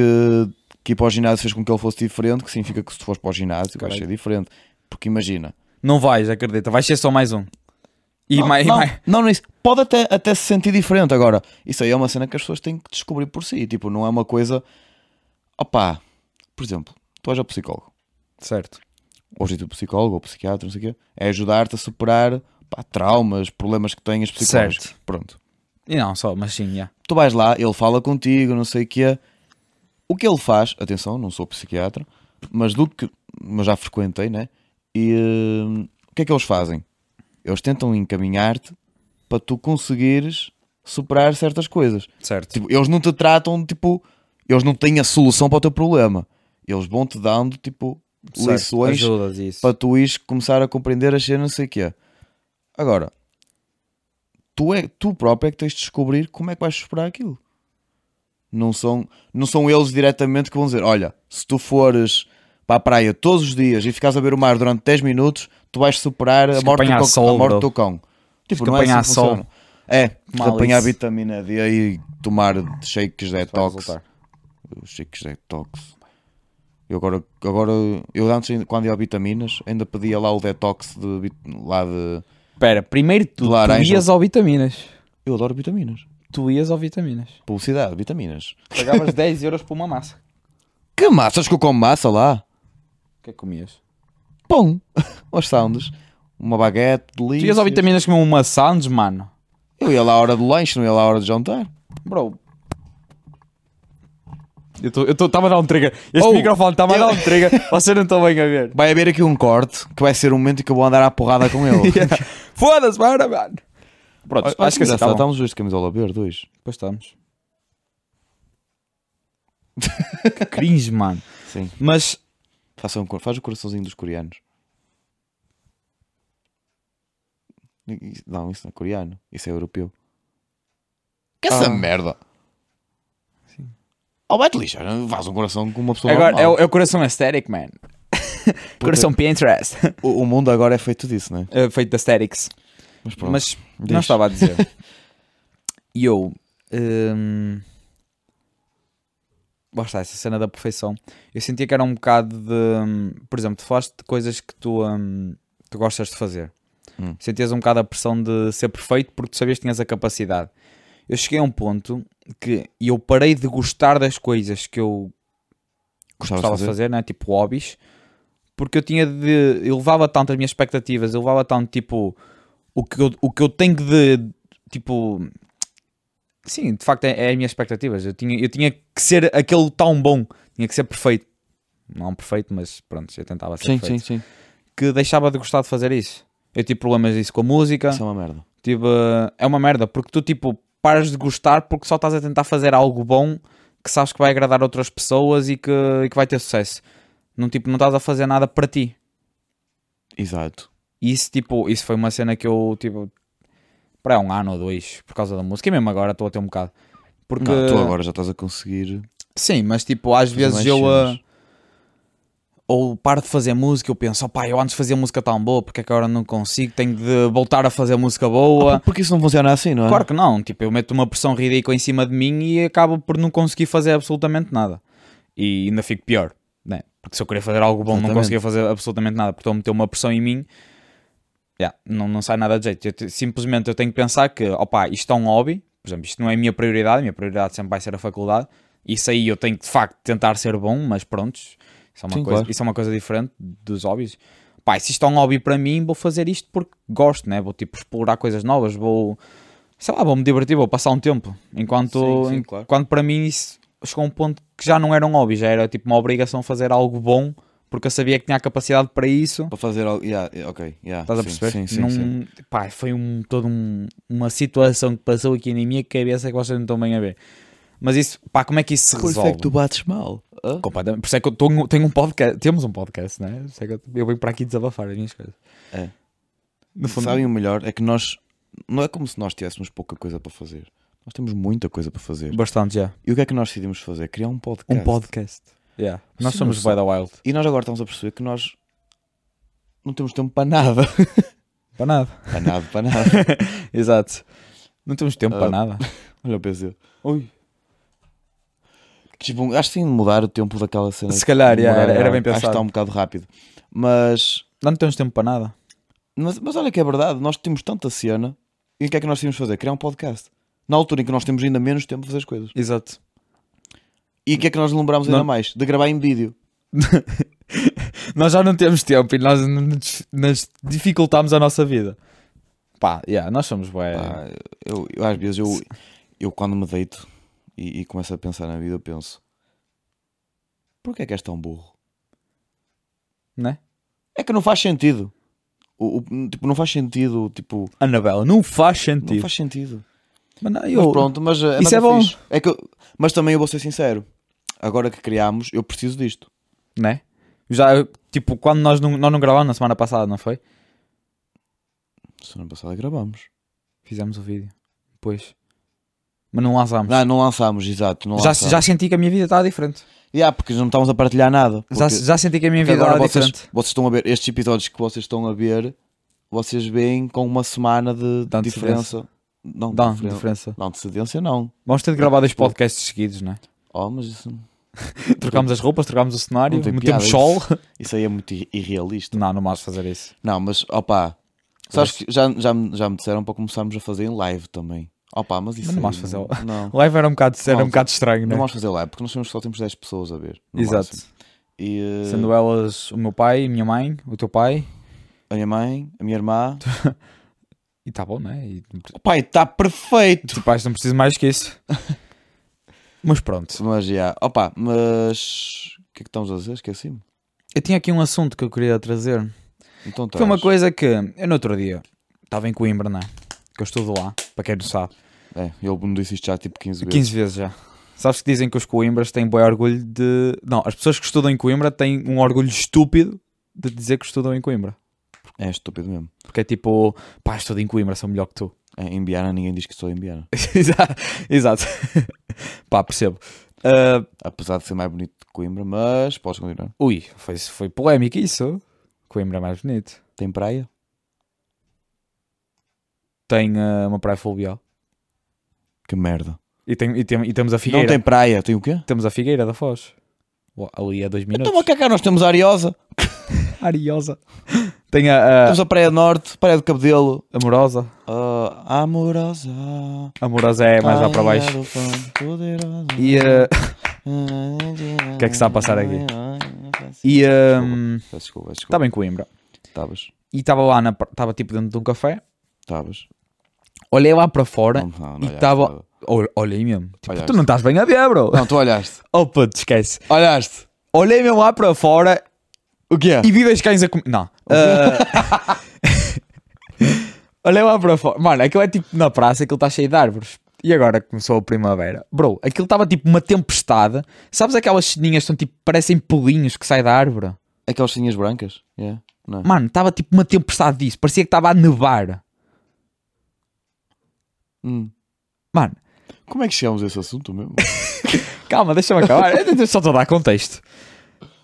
S1: que ir para o ginásio fez com que ele fosse diferente, que significa que se tu fores para o ginásio, vais
S2: Caralho.
S1: ser diferente. Porque imagina.
S2: Não vais, acredita. Vais ser só mais um. E
S1: não,
S2: mais.
S1: não, não, não é isso. Pode até, até se sentir diferente agora. Isso aí é uma cena que as pessoas têm que descobrir por si. Tipo, não é uma coisa. Opá, por exemplo, tu és a psicólogo.
S2: Certo.
S1: O objetivo do psicólogo ou psiquiatra, não sei o quê, é ajudar-te a superar pá, traumas, problemas que tenhas
S2: tipo,
S1: psicológicos.
S2: Certo.
S1: Pronto.
S2: E não, só, mas sim, já.
S1: Tu vais lá, ele fala contigo, não sei o quê. O que ele faz, atenção, não sou psiquiatra, mas do que mas já frequentei, né? E hum, o que é que eles fazem? Eles tentam encaminhar-te para tu conseguires superar certas coisas.
S2: Certo.
S1: Tipo, eles não te tratam, tipo, eles não têm a solução para o teu problema. Eles vão-te dando, tipo,
S2: Certo.
S1: lições
S2: Ajudas isso.
S1: para tu ires começar a compreender as cenas, não sei o quê. Agora, tu, é, tu próprio é que tens de descobrir como é que vais superar aquilo. Não são, não são eles diretamente que vão dizer: olha, se tu fores para a praia todos os dias e ficares a ver o mar durante 10 minutos, tu vais superar a
S2: Fica
S1: morte, do
S2: apanhar
S1: teu,
S2: sol,
S1: a morte
S2: bro.
S1: do teu cão. Tipo,
S2: Fica
S1: não é assim
S2: apanhar
S1: que
S2: sol.
S1: funciona. É, tens de
S2: Mal
S1: apanhar
S2: isso.
S1: vitamina D e tomar shakes
S2: Vai
S1: detox
S2: resultar.
S1: os chicos é detox. Eu agora, agora eu antes, ainda- quando ia a vitaminas, ainda pedia lá o detox de, vit- lá de.
S2: Espera, primeiro de tudo, tu
S1: laranja.
S2: ias ao vitaminas.
S1: Eu adoro vitaminas.
S2: Tu ias ao vitaminas.
S1: Publicidade, vitaminas.
S2: Pagavas 10 euros por uma massa.
S1: Que massas que eu como massa lá?
S2: O que é que comias?
S1: Pão! Os sounds. Uma baguete,
S2: Tu
S1: delícia.
S2: ias ao vitaminas comer uma sandes, mano.
S1: Eu ia lá à hora do lanche, não ia lá à hora de jantar.
S2: Bro. Eu estava a dar um trigger. Este
S1: Oh,
S2: microfone estava
S1: eu-
S2: a dar um trigger. Vocês não estão bem a ver.
S1: Vai haver aqui um corte que vai ser o momento em que eu vou andar à porrada com ele.
S2: Yeah. Foda-se, mano, mano.
S1: Olha,
S2: Pronto, acho que assim
S1: engraçado,
S2: está bom.
S1: tá estamos dois de camisola verde hoje.
S2: Depois estamos. que cringe, mano.
S1: Sim.
S2: Mas
S1: Faz, um, cor- faz o coraçãozinho dos coreanos. Isso- Não, isso não é coreano. Isso é europeu. Que essa
S2: Ah.
S1: merda!
S2: Sim.
S1: Oh, vai-te lixar. Faz um coração com uma pessoa
S2: agora é
S1: normal.
S2: o, é o coração aesthetic, man. coração Pinterest.
S1: O, o mundo agora é feito disso, né?
S2: Eh, Feito de aesthetics.
S1: Mas pronto.
S2: Mas não
S1: Diz.
S2: estava a dizer. E eu. hum, Lá está, essa cena da perfeição. Eu sentia que era um bocado de. hum, Por exemplo, tu falaste de coisas que tu, hum, tu gostas de fazer.
S1: Hum.
S2: Sentias um bocado a pressão de ser perfeito porque tu sabias que tinhas a capacidade. Eu cheguei a um ponto que e eu parei de gostar das coisas que eu
S1: Gostavas
S2: gostava de fazer, né? tipo hobbies, porque eu tinha de. Eu levava tanto as minhas expectativas, eu levava tanto tipo o que eu, o que eu tenho de tipo. Sim, de facto é, é as minhas expectativas. Eu tinha, eu tinha que ser aquele tão bom, tinha que ser perfeito. Não perfeito, mas pronto, eu tentava ser
S1: Sim, sim,
S2: perfeito.
S1: sim.
S2: Que deixava de gostar de fazer isso. Eu tive problemas disso com a música.
S1: Isso é uma merda.
S2: Tipo, é uma merda, porque tu, tipo, paras de gostar porque só estás a tentar fazer algo bom que sabes que vai agradar outras pessoas e que, e que vai ter sucesso. Não, tipo, não estás a fazer nada para ti.
S1: Exato.
S2: E isso, tipo, isso foi uma cena que eu, tipo, para um ano ou dois, por causa da música. E mesmo agora estou a ter um bocado. Porque,
S1: Não, tu agora já estás a conseguir.
S2: Sim, mas, tipo, às
S1: Fazer
S2: vezes
S1: mais
S2: eu...
S1: cenas.
S2: ah, Ou paro de fazer música, eu penso, opá, eu antes fazia música tão boa, porque é que agora não consigo? Tenho de voltar a fazer música boa.
S1: Ah, porque isso não funciona assim, não é?
S2: Claro que não, tipo, eu meto uma pressão ridícula em cima de mim e acabo por não conseguir fazer absolutamente nada. E ainda fico pior, né? Porque se eu queria fazer algo bom, não
S1: Exatamente.
S2: conseguia fazer absolutamente nada, porque estou a meter uma pressão em mim, yeah, não, não sai nada de jeito. Eu te- simplesmente eu tenho que pensar que, opá, isto é um hobby, por exemplo, isto não é a minha prioridade, a minha prioridade sempre vai ser a faculdade. Isso aí eu tenho que, de facto, tentar ser bom, mas prontos, isso é uma,
S1: Sim,
S2: coisa,
S1: claro.
S2: isso é uma coisa diferente dos hobbies. Pá, se isto é um hobby para mim, vou fazer isto porque gosto, né? Vou, tipo, explorar coisas novas, vou sei lá, vou-me divertir, vou passar um tempo. Enquanto,
S1: Sim, sim,
S2: en-
S1: claro.
S2: enquanto para mim isso chegou um ponto que já não era um hobby, já era tipo uma obrigação fazer algo bom, porque eu sabia que tinha a capacidade para isso.
S1: Para fazer algo. Yeah, yeah, ok, yeah,
S2: Estás a
S1: sim,
S2: perceber?
S1: Sim, sim,
S2: Num-
S1: sim.
S2: Pá, foi um, toda um- uma situação que passou aqui na minha cabeça que vocês não estão bem a ver. Mas isso, pá, como é que isso se resolve?
S1: bates mal.
S2: Completamente. Por isso é que eu tô- tenho um podcast. Temos um podcast, né? Por isso é que eu, eu venho para aqui desabafar as minhas coisas.
S1: É.
S2: No fundo,
S1: Sabem o melhor? É que nós. Não é como se nós tivéssemos pouca coisa para fazer. Nós temos muita coisa para fazer.
S2: bastante já.
S1: E o que é que nós decidimos fazer? Criar um podcast.
S2: Um podcast. Yeah. Nós
S1: Sim,
S2: somos
S1: não
S2: by the wild.
S1: E nós agora estamos a perceber que nós não temos tempo para nada.
S2: Para nada.
S1: para nada, para nada.
S2: Exato. Não temos tempo
S1: Ah.
S2: para nada.
S1: Olha o PC.
S2: Ui.
S1: Tipo, acho que tem de mudar o tempo daquela cena.
S2: Se calhar, yeah,
S1: Demorar,
S2: era, era bem
S1: Acho que está
S2: pensado.
S1: um bocado rápido. Mas,
S2: Nós não temos tempo para nada.
S1: mas, mas olha que é verdade, nós temos tanta cena. E o que é que nós tínhamos de fazer? Criar um podcast. Na altura em que nós temos ainda menos tempo para fazer as coisas.
S2: Exato.
S1: E o que é que nós lembramos ainda
S2: Não.
S1: mais? De gravar em vídeo.
S2: Nós já não temos tempo e nós nos- nos dificultamos a nossa vida. Pá, yeah, nós somos bué.
S1: Pá, eu, eu às vezes eu, eu quando me deito e, e começo a pensar na vida, eu penso: porquê é que és tão burro?
S2: Né?
S1: É que não faz sentido. O, o- tipo, não faz sentido. Tipo,
S2: Anabela, não faz sentido.
S1: não faz sentido.
S2: Mas não,
S1: Mas
S2: eu...
S1: pronto, mas é,
S2: Isso é bom.
S1: Fixe. É que eu- mas também eu vou ser sincero. Agora que criámos, eu preciso disto.
S2: né? Já, tipo, quando nós não, nós não gravámos na semana passada, não foi?
S1: Semana passada gravámos.
S2: Fizemos o vídeo. Pois. Mas não lançámos.
S1: Ah, Não, não lançámos, exato. Não
S2: já,
S1: lançámos.
S2: já senti que a minha vida estava diferente.
S1: Yeah, porque não estávamos a partilhar nada.
S2: já,
S1: Porque-
S2: já senti que a minha
S1: Porque
S2: vida
S1: agora
S2: estava
S1: vocês,
S2: é diferente.
S1: vocês estão a ver estes episódios que vocês estão a ver, vocês veem com uma semana de
S2: De antecedência.
S1: diferença. Não,
S2: Dá
S1: diferen-
S2: diferença.
S1: Não, antecedência não.
S2: Vamos ter de gravar dois podcasts seguidos, né?
S1: Oh, mas isso,
S2: Trocámos as roupas, trocámos o cenário,
S1: Não tem
S2: metemos sol.
S1: piada isso aí é muito ir- irrealista.
S2: Não, não vais fazer isso.
S1: Não, mas opá, sabes que já, já, me- já me disseram para começarmos a fazer em live também. Opá, mas isso
S2: Mas não
S1: aí
S2: vais fazer-
S1: Não, não,
S2: Live era um bocado, era
S1: Não,
S2: um bocado estranho,
S1: não
S2: né?
S1: vamos fazer live porque nós temos- só temos 10 pessoas a ver. no
S2: Exato.
S1: máximo. E eh,
S2: Sendo elas o meu pai, a minha mãe, o teu pai.
S1: a minha mãe, a minha irmã.
S2: E tá bom, né? E, tipo,
S1: Pai, está perfeito!
S2: acho que não preciso mais que isso. Mas pronto.
S1: Mas já, opá, mas o que é que estamos a dizer? Esqueci-me.
S2: Eu tinha aqui um assunto que eu queria trazer.
S1: Então
S2: Foi uma
S1: traz.
S2: coisa que eu no outro dia estava em Coimbra, não é? Que eu estudo lá, para quem não sabe.
S1: É, ele me disse isto já tipo 15 vezes.
S2: 15 vezes já. Sabes que dizem que os Coimbras têm bom orgulho de. Não, as pessoas que estudam em Coimbra têm um orgulho estúpido de dizer que estudam em Coimbra.
S1: É estúpido mesmo.
S2: Porque é tipo, pá, estudo em Coimbra, sou melhor que tu.
S1: É, em Biana ninguém diz que sou em Biana.
S2: Exato. Exato. pá, percebo. Ah,
S1: Apesar de ser mais bonito que Coimbra, mas podes continuar.
S2: ui, foi, foi polémico isso. Coimbra é mais bonito.
S1: Tem praia?
S2: Tem ah, uma praia fluvial.
S1: Que merda.
S2: E, tem, e, tem- e temos a Figueira.
S1: Não tem praia, tem o quê?
S2: Temos a Figueira da Foz. Ué, Ali a dois minutos.
S1: Então, a cá nós temos a Ariosa,
S2: Ariosa. Tem a, a
S1: temos a Praia Norte, Praia do Cabedelo,
S2: Amorosa.
S1: ah, Amorosa.
S2: Amorosa é mais lá para
S1: praia
S2: baixo.
S1: do pão poderosa.
S2: E, eh,
S1: O
S2: que é que está a passar aqui? e ehm,
S1: Desculpa, desculpa.
S2: estava em Coimbra.
S1: Estavas.
S2: E estava lá, na pra- estava tipo dentro de um café.
S1: Estavas.
S2: Olhei lá para fora.
S1: Não, não, não
S2: e
S1: olhaste,
S2: estava. Ol- Olhei mesmo. Tipo,
S1: Olhaste.
S2: tu não estás bem a ver, bro.
S1: Não, tu olhaste.
S2: Oh puto, esquece.
S1: Olhaste.
S2: Olhei mesmo lá para fora
S1: O que é?
S2: e vi dois cães a comer. Não. Ah, Olhei lá para fora. Mano, aquilo é tipo na praça, aquilo está cheio de árvores. E agora começou a primavera. Bro, aquilo estava tipo uma tempestade. Sabes aquelas ceninhas que são tipo, parecem pulinhos que saem da árvore?
S1: Aquelas cinhas brancas? Yeah. Não. é?
S2: Mano, estava tipo uma tempestade disso. Parecia que estava a nevar.
S1: Hum.
S2: Mano,
S1: Como é que chegamos a esse assunto mesmo?
S2: calma, deixa-me acabar. Eu só estou a dar contexto.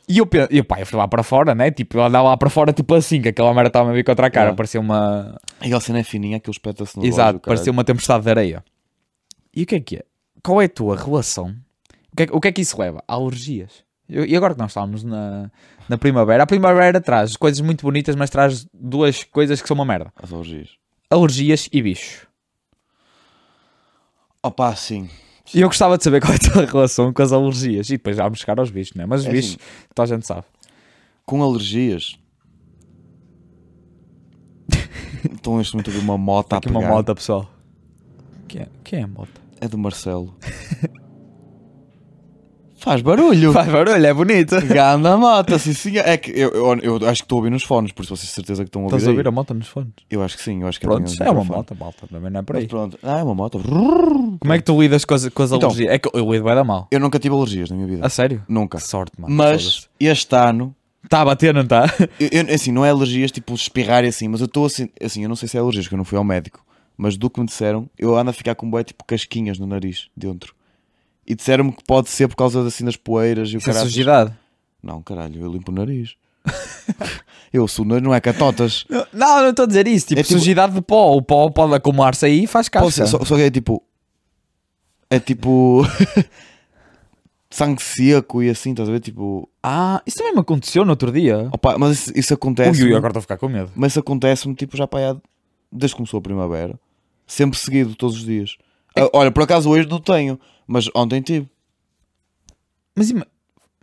S2: E eu, pe- e, pá, eu fui lá para fora, né? Tipo, eu andava lá para fora, tipo assim, que aquela merda estava a vir contra a cara.
S1: Ah.
S2: Parecia uma.
S1: Aquela cena é fininha, aquilo espeta-se no
S2: Exato,
S1: relógio, caralho.
S2: parecia uma tempestade de areia. E o que é que é? Qual é a tua relação? O que é, o que, é que isso leva? A alergias. Eu- e agora que nós estávamos na, na primavera, a primavera traz coisas muito bonitas, mas traz duas coisas que são uma merda:
S1: As orgias.
S2: alergias e bichos.
S1: Opa, sim.
S2: E eu gostava de saber qual é a tua relação com as alergias. E depois já vamos chegar aos bichos, né? Mas os
S1: É
S2: bichos, toda a gente sabe.
S1: Com alergias... Estão neste Então momento a ouvir é uma moto a
S2: Aqui uma
S1: pegar.
S2: moto, é, pessoal. Quem é, quem é a moto?
S1: É do Marcelo. Faz barulho.
S2: Faz barulho, é bonito.
S1: Ganda mota, sim senhor. É que eu, eu, eu acho que estou a ouvir nos fones, por isso vocês de certeza que estão a ouvir.
S2: Estás a
S1: aí.
S2: ouvir a moto nos fones?
S1: Eu acho que sim, eu acho que
S2: Pronto,
S1: tenho
S2: é
S1: um
S2: uma
S1: microfone.
S2: moto, malta, também não é por
S1: Mas
S2: aí.
S1: pronto, ah, é uma moto. Rrrr.
S2: Como é que tu lidas com as, com as
S1: Então.
S2: alergias? É que eu lido bem da mal.
S1: Eu nunca tive alergias na minha vida.
S2: A sério?
S1: Nunca.
S2: Que sorte, mano.
S1: Mas este ano,
S2: Está a bater, não tá? está?
S1: eu, eu- assim, não é alergias tipo espirrar e assim, mas eu estou assim, assim, eu não sei se é alergias, que eu não fui ao médico, mas do que me disseram, eu ando a ficar com bué tipo casquinhas no nariz, dentro. E disseram-me que pode ser por causa assim das poeiras e o
S2: Isso é
S1: caralho.
S2: sujidade.
S1: Não, caralho, eu limpo o nariz. eu sou o nariz, não é catotas.
S2: Não, não estou a dizer isso. Tipo,
S1: É tipo-
S2: sujidade de pó. O pó pode acumular-se aí e faz
S1: Pode
S2: casca.
S1: ser, só, só que é tipo. É tipo. sangue seco e assim, estás a ver? Tipo.
S2: Ah, isso também me aconteceu no outro dia.
S1: Opa, mas isso, isso acontece.
S2: Ui, ui, agora estou a ficar com medo.
S1: Mas isso acontece-me, tipo, já para aí há- desde que começou a primavera. Sempre seguido, todos os dias.
S2: É
S1: Ah, Olha, por acaso hoje não tenho, mas ontem tive.
S2: Mas ima-